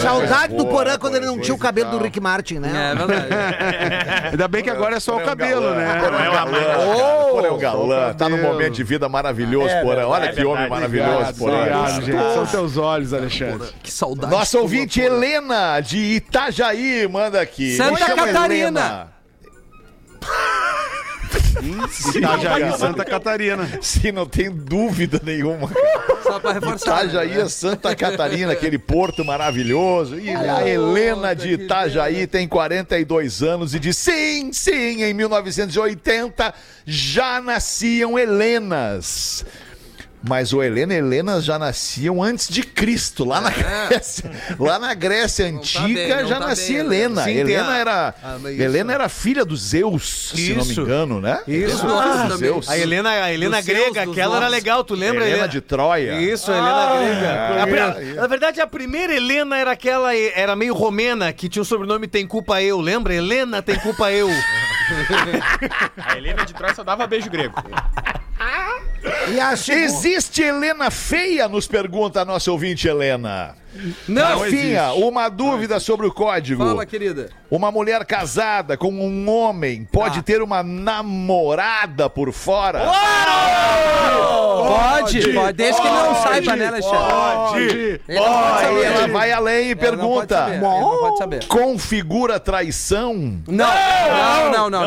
[SPEAKER 7] Saudade do
[SPEAKER 1] É, Boa,
[SPEAKER 7] Porã quando ele não
[SPEAKER 1] coisa
[SPEAKER 7] tinha o
[SPEAKER 1] e
[SPEAKER 7] cabelo do
[SPEAKER 1] tal.
[SPEAKER 7] Rick Martin,
[SPEAKER 2] É
[SPEAKER 7] né?
[SPEAKER 2] verdade.
[SPEAKER 10] Ainda bem que agora é só o cabelo, né?
[SPEAKER 1] Porã é um galã. Porã é um galã. Tá num momento de vida maravilhoso, Porã. Olha que homem maravilhoso,
[SPEAKER 10] É, Obrigado,
[SPEAKER 1] Porã.
[SPEAKER 10] gente. São teus olhos, Alexandre.
[SPEAKER 2] Que saudade.
[SPEAKER 1] Nossa ouvinte Helena de Itajaí manda aqui.
[SPEAKER 2] Santa
[SPEAKER 1] Me chama
[SPEAKER 2] Catarina.
[SPEAKER 1] Helena.
[SPEAKER 10] Itajaí, Santa Catarina.
[SPEAKER 1] Se não tem dúvida nenhuma.
[SPEAKER 2] Só pra reforçar.
[SPEAKER 1] Itajaí é Santa Catarina, aquele porto maravilhoso. E a Helena de Itajaí tem 42 anos e diz: sim, sim, em 1980 já nasciam Helenas. Mas o Helena e Helena já nasciam antes de Cristo, lá na Grécia. Lá na Grécia
[SPEAKER 2] tá
[SPEAKER 1] Antiga
[SPEAKER 2] bem, É. não
[SPEAKER 1] já
[SPEAKER 2] tá
[SPEAKER 1] nascia
[SPEAKER 2] bem,
[SPEAKER 1] Helena.
[SPEAKER 3] Sim, tem
[SPEAKER 1] Helena,
[SPEAKER 3] a- Ah,
[SPEAKER 1] era, Helena era filha do Zeus, se não me
[SPEAKER 3] Isso.
[SPEAKER 1] engano, né?
[SPEAKER 3] Isso.
[SPEAKER 1] Helena era filha do
[SPEAKER 2] Também.
[SPEAKER 1] Zeus.
[SPEAKER 3] A Helena, a Helena
[SPEAKER 2] Dos seus,
[SPEAKER 3] grega,
[SPEAKER 2] dos
[SPEAKER 3] aquela era
[SPEAKER 2] nossos.
[SPEAKER 3] legal, tu lembra?
[SPEAKER 1] Helena
[SPEAKER 3] Helena?
[SPEAKER 1] de Troia.
[SPEAKER 3] Isso, a Helena grega. A pri- na verdade, a primeira Helena era aquela, era meio romena, que tinha o sobrenome Tem Culpa Eu, lembra? Helena Tem Culpa Eu.
[SPEAKER 9] A Helena de Troia só dava beijo grego.
[SPEAKER 7] E a segu-
[SPEAKER 1] Existe Helena feia? Nos pergunta a nossa ouvinte Helena.
[SPEAKER 2] Não,
[SPEAKER 1] Rafinha, uma dúvida sobre o código.
[SPEAKER 2] Fala, querida.
[SPEAKER 1] Uma mulher casada com um homem pode
[SPEAKER 2] Ah.
[SPEAKER 1] ter uma namorada por fora?
[SPEAKER 2] Pode, pode, Desde que não saiba, né, Alexandre?
[SPEAKER 10] Pode.
[SPEAKER 2] Ele não pode
[SPEAKER 1] Aí
[SPEAKER 2] saber.
[SPEAKER 1] ela vai além e
[SPEAKER 2] Ela não pode
[SPEAKER 1] pergunta:
[SPEAKER 2] saber, ele Não pode saber.
[SPEAKER 1] configura traição?
[SPEAKER 2] Não, não, não, não.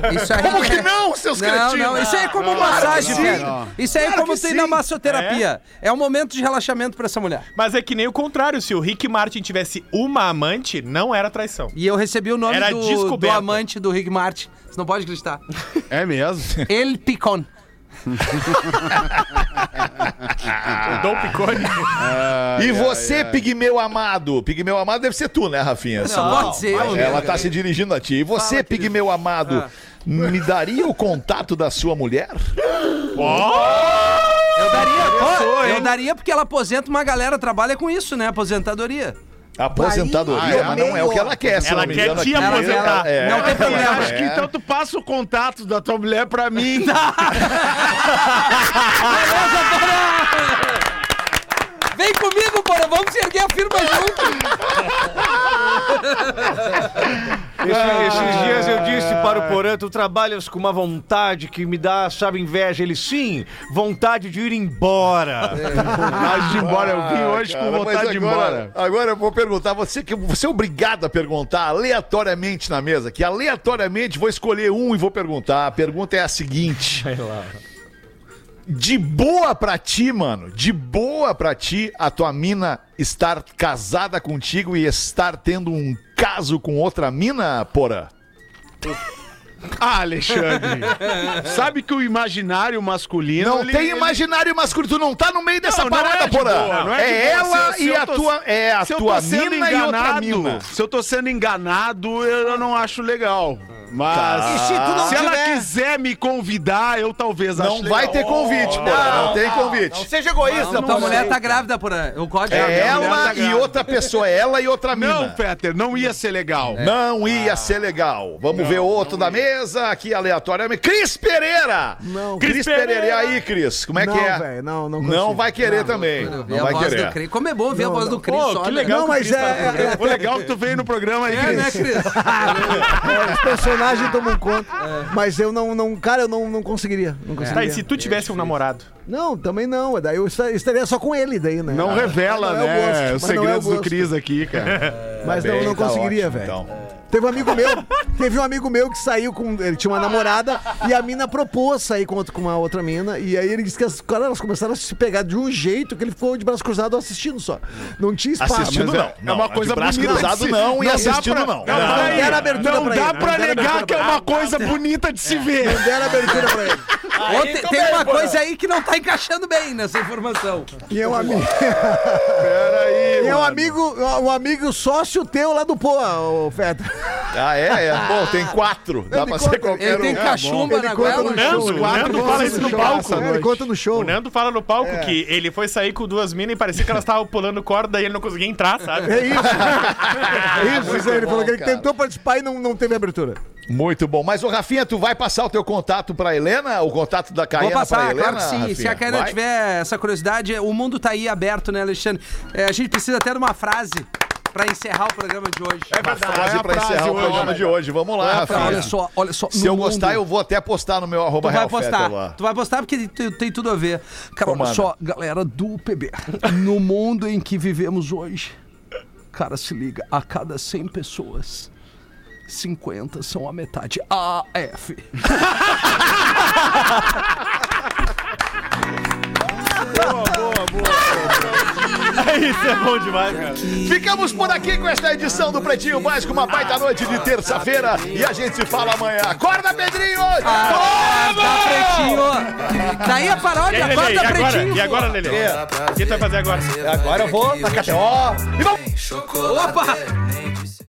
[SPEAKER 2] não. Isso aí
[SPEAKER 1] Como
[SPEAKER 2] é-
[SPEAKER 1] que não, seus
[SPEAKER 2] Não,
[SPEAKER 1] cretinos?
[SPEAKER 2] não, isso aí é como massagem,
[SPEAKER 1] sim.
[SPEAKER 2] Pedro. Isso aí é
[SPEAKER 1] Claro
[SPEAKER 2] como
[SPEAKER 1] que
[SPEAKER 2] tem
[SPEAKER 1] sim.
[SPEAKER 2] na massoterapia. É. um momento de relaxamento pra essa mulher.
[SPEAKER 9] Mas é que nem o contrário. Se o Rick Martin tivesse uma amante, não era traição.
[SPEAKER 2] E eu recebi o nome
[SPEAKER 9] Era
[SPEAKER 2] do, do
[SPEAKER 9] descoberta.
[SPEAKER 2] amante do Rick Martin. Você não pode acreditar.
[SPEAKER 10] É mesmo?
[SPEAKER 2] El Picon.
[SPEAKER 9] O Dom Picone.
[SPEAKER 1] E você, Pigmeu amado? Pigmeu amado deve ser tu, né, Rafinha?
[SPEAKER 2] Só pode ser eu, né,
[SPEAKER 1] Ela
[SPEAKER 2] cara?
[SPEAKER 1] tá se dirigindo a ti. E você, Pigmeu amado,
[SPEAKER 2] Ah.
[SPEAKER 1] me daria o contato da sua mulher?
[SPEAKER 2] Eu daria, pô, eu daria porque ela aposenta uma galera, trabalha com isso, né? Aposentadoria.
[SPEAKER 1] Aposentadoria,
[SPEAKER 7] Aí é
[SPEAKER 1] mas não é o que ela quer. se
[SPEAKER 9] Ela
[SPEAKER 1] não me
[SPEAKER 9] quer
[SPEAKER 1] engano,
[SPEAKER 9] te
[SPEAKER 1] aqui.
[SPEAKER 9] aposentar.
[SPEAKER 1] É,
[SPEAKER 2] Não tem problema.
[SPEAKER 10] Eu acho que então tu passa o contato da tua mulher pra mim.
[SPEAKER 2] Vem comigo, bora, vamos erguer a firma junto.
[SPEAKER 3] Esse- esses dias eu disse para o Porã, tu trabalhas com uma vontade que me dá, sabe, inveja. Ele, sim, vontade de ir embora.
[SPEAKER 10] Vontade de ir embora. Eu vim hoje com
[SPEAKER 1] Ah, Cara, mas
[SPEAKER 10] vontade de ir
[SPEAKER 1] agora-
[SPEAKER 10] embora.
[SPEAKER 1] Agora eu vou perguntar, você que você é obrigado a perguntar aleatoriamente na mesa, que aleatoriamente vou escolher um e vou perguntar. A pergunta é a seguinte. De boa pra ti, mano, de boa pra ti a tua mina estar casada contigo e estar tendo um caso com outra mina, porra?
[SPEAKER 10] Ah, Alexandre, sabe que o imaginário masculino.
[SPEAKER 1] Não
[SPEAKER 10] ele-
[SPEAKER 1] tem
[SPEAKER 10] ele-
[SPEAKER 1] imaginário masculino, tu não tá no meio dessa
[SPEAKER 10] Não, não
[SPEAKER 1] parada,
[SPEAKER 10] é de
[SPEAKER 1] porã.
[SPEAKER 10] boa, não é de boa.
[SPEAKER 1] é ela
[SPEAKER 10] Se- se
[SPEAKER 1] e
[SPEAKER 10] eu
[SPEAKER 1] a
[SPEAKER 10] tô-
[SPEAKER 1] tua, é a
[SPEAKER 10] se eu tô
[SPEAKER 1] tua
[SPEAKER 10] sendo
[SPEAKER 1] mina e outra
[SPEAKER 10] enganado,
[SPEAKER 1] mina.
[SPEAKER 10] Se eu tô sendo enganado, eu não acho legal. Mas
[SPEAKER 1] Tá. E se tu não
[SPEAKER 10] ela
[SPEAKER 1] tiver-
[SPEAKER 10] quiser me convidar, eu talvez
[SPEAKER 1] Não
[SPEAKER 10] ache
[SPEAKER 1] vai
[SPEAKER 10] legal.
[SPEAKER 1] ter convite, porra. Não, tem convite.
[SPEAKER 2] seja egoísta,
[SPEAKER 10] Não, não
[SPEAKER 2] Tua mulher
[SPEAKER 10] sei,
[SPEAKER 2] tá grávida, porra. O código
[SPEAKER 1] É
[SPEAKER 2] a mulher tá
[SPEAKER 1] ela e
[SPEAKER 2] grávida.
[SPEAKER 1] outra pessoa, é ela e outra mina. É.
[SPEAKER 10] Não, Peter, não ia ser legal.
[SPEAKER 1] Não ia ser legal. Vamos ver outro da mesa, aqui aleatoriamente. Cris Pereira!
[SPEAKER 7] Não,
[SPEAKER 1] Cris,
[SPEAKER 7] Cris
[SPEAKER 1] Pereira. E
[SPEAKER 7] Pereira.
[SPEAKER 1] aí, Cris, como é
[SPEAKER 7] Não,
[SPEAKER 1] que é?
[SPEAKER 7] velho, não, não
[SPEAKER 1] Não
[SPEAKER 7] consigo.
[SPEAKER 1] vai querer
[SPEAKER 7] Não,
[SPEAKER 1] também.
[SPEAKER 2] Quando eu vi
[SPEAKER 1] Não
[SPEAKER 2] a
[SPEAKER 1] vai
[SPEAKER 2] voz
[SPEAKER 1] querer.
[SPEAKER 2] do Cris. Como é bom ver a
[SPEAKER 7] Não,
[SPEAKER 2] voz
[SPEAKER 7] não.
[SPEAKER 2] do Cris,
[SPEAKER 7] Pô,
[SPEAKER 2] só,
[SPEAKER 7] que
[SPEAKER 2] né?
[SPEAKER 7] legal Não, que o mas Cris tá é- no programa.
[SPEAKER 10] Foi legal que tu veio no programa aí,
[SPEAKER 2] É,
[SPEAKER 10] Cris.
[SPEAKER 2] né, Cris?
[SPEAKER 7] Os personagens tomam conta. Mas eu não, não cara, eu não, não conseguiria. Não
[SPEAKER 9] Tá,
[SPEAKER 7] conseguiria.
[SPEAKER 9] e se tu tivesse um namorado?
[SPEAKER 7] Não, também não. Daí eu esta- estaria só com ele, daí, né?
[SPEAKER 10] Não
[SPEAKER 7] Ah,
[SPEAKER 10] revela,
[SPEAKER 7] mas não é o
[SPEAKER 10] né,
[SPEAKER 7] gosto,
[SPEAKER 10] os
[SPEAKER 7] mas não é o
[SPEAKER 10] segredos do
[SPEAKER 7] gosto.
[SPEAKER 10] Cris aqui, cara.
[SPEAKER 7] Mas não,
[SPEAKER 1] Bem,
[SPEAKER 7] não
[SPEAKER 1] tá
[SPEAKER 7] conseguiria,
[SPEAKER 1] ótimo,
[SPEAKER 7] velho.
[SPEAKER 1] então.
[SPEAKER 7] Teve um amigo meu, teve um amigo meu que saiu com. Ele tinha uma namorada e a mina propôs sair com, outro- com uma outra mina. E aí ele disse que as caras elas começaram a se pegar de um jeito que ele ficou de braço cruzado assistindo só. Não tinha espaço.
[SPEAKER 1] Assistindo não.
[SPEAKER 10] é uma
[SPEAKER 1] Não,
[SPEAKER 10] coisa
[SPEAKER 1] de braço
[SPEAKER 10] bonita.
[SPEAKER 1] cruzado
[SPEAKER 10] de se-
[SPEAKER 1] não e
[SPEAKER 10] dá
[SPEAKER 1] assistindo
[SPEAKER 10] pra- Não,
[SPEAKER 1] não. Não,
[SPEAKER 10] peraí,
[SPEAKER 7] deram abertura
[SPEAKER 10] não
[SPEAKER 7] pra
[SPEAKER 10] dá
[SPEAKER 6] né?
[SPEAKER 7] ele,
[SPEAKER 10] pra
[SPEAKER 7] não deram
[SPEAKER 10] negar
[SPEAKER 7] abertura
[SPEAKER 10] que é
[SPEAKER 7] pra
[SPEAKER 10] uma coisa bonita de se ver.
[SPEAKER 7] Não deram abertura pra ele.
[SPEAKER 2] Ou te- tem uma coisa aí que não tá encaixando bem nessa informação.
[SPEAKER 7] E é um amigo.
[SPEAKER 10] Peraí,
[SPEAKER 7] E é um
[SPEAKER 10] mano.
[SPEAKER 7] amigo, um amigo sócio teu lá do Poa, o Feta.
[SPEAKER 1] Ah, é? é. Bom, tem quatro. Dá
[SPEAKER 7] Ele
[SPEAKER 1] pra
[SPEAKER 7] conta-
[SPEAKER 1] ser qualquer
[SPEAKER 2] Ele
[SPEAKER 1] um.
[SPEAKER 2] tem
[SPEAKER 1] É,
[SPEAKER 2] cachumba
[SPEAKER 7] Ele
[SPEAKER 2] na
[SPEAKER 7] conta
[SPEAKER 2] goela.
[SPEAKER 6] um
[SPEAKER 7] no
[SPEAKER 2] né?
[SPEAKER 7] show.
[SPEAKER 9] Nando,
[SPEAKER 7] ele
[SPEAKER 9] o
[SPEAKER 7] conta
[SPEAKER 9] Nando
[SPEAKER 7] no
[SPEAKER 9] fala
[SPEAKER 7] show
[SPEAKER 9] isso no
[SPEAKER 7] essa
[SPEAKER 9] palco.
[SPEAKER 7] noite. É, Ele conta no show.
[SPEAKER 9] O Nando fala no palco que ele foi sair com duas minas e parecia que elas estavam pulando corda e ele não conseguia entrar, sabe?
[SPEAKER 7] É isso. isso, isso aí. Ele
[SPEAKER 1] bom,
[SPEAKER 7] falou que ele
[SPEAKER 1] cara.
[SPEAKER 7] tentou participar e não, não teve abertura.
[SPEAKER 1] Muito Tá bom. Mas, ô Rafinha, tu vai passar o teu contato pra Helena? O contato da
[SPEAKER 2] Vou
[SPEAKER 1] Caiana pra
[SPEAKER 2] passar,
[SPEAKER 1] Helena?
[SPEAKER 2] claro que sim. Se
[SPEAKER 1] Rafinha?
[SPEAKER 2] a Karina
[SPEAKER 1] Vai?
[SPEAKER 2] tiver essa curiosidade, o mundo tá aí aberto, né, Alexandre? É, a gente precisa até de uma frase pra encerrar o programa de hoje.
[SPEAKER 1] É uma frase pra encerrar o programa de hoje. Vamos lá, Rafinha.
[SPEAKER 2] Olha só, olha só.
[SPEAKER 1] Se
[SPEAKER 2] no
[SPEAKER 1] eu gostar,
[SPEAKER 2] mundo-
[SPEAKER 1] eu vou até postar no meu
[SPEAKER 2] Tu
[SPEAKER 1] arroba
[SPEAKER 2] vai
[SPEAKER 1] Real Fetter
[SPEAKER 2] postar.
[SPEAKER 1] lá.
[SPEAKER 2] Tu vai postar porque tem, tem tudo a ver. Cara, olha
[SPEAKER 1] Comanda.
[SPEAKER 2] só, galera do PB. No mundo em que vivemos hoje, cara, se liga, a cada 100 pessoas, 50 são a metade. AF.
[SPEAKER 3] Isso é bom demais, cara.
[SPEAKER 1] Ficamos por aqui com esta edição do Pretinho Básico, uma baita noite de terça-feira e a gente se fala amanhã. Acorda, Pedrinho!
[SPEAKER 2] Tá pretinho. Tá aí a paródia,
[SPEAKER 9] Lelê,
[SPEAKER 2] acorda
[SPEAKER 9] É e agora?
[SPEAKER 2] pretinho.
[SPEAKER 9] E agora, Lelê? O que tu vai fazer agora?
[SPEAKER 1] Agora eu vou na KTO e vamos!
[SPEAKER 2] Opa!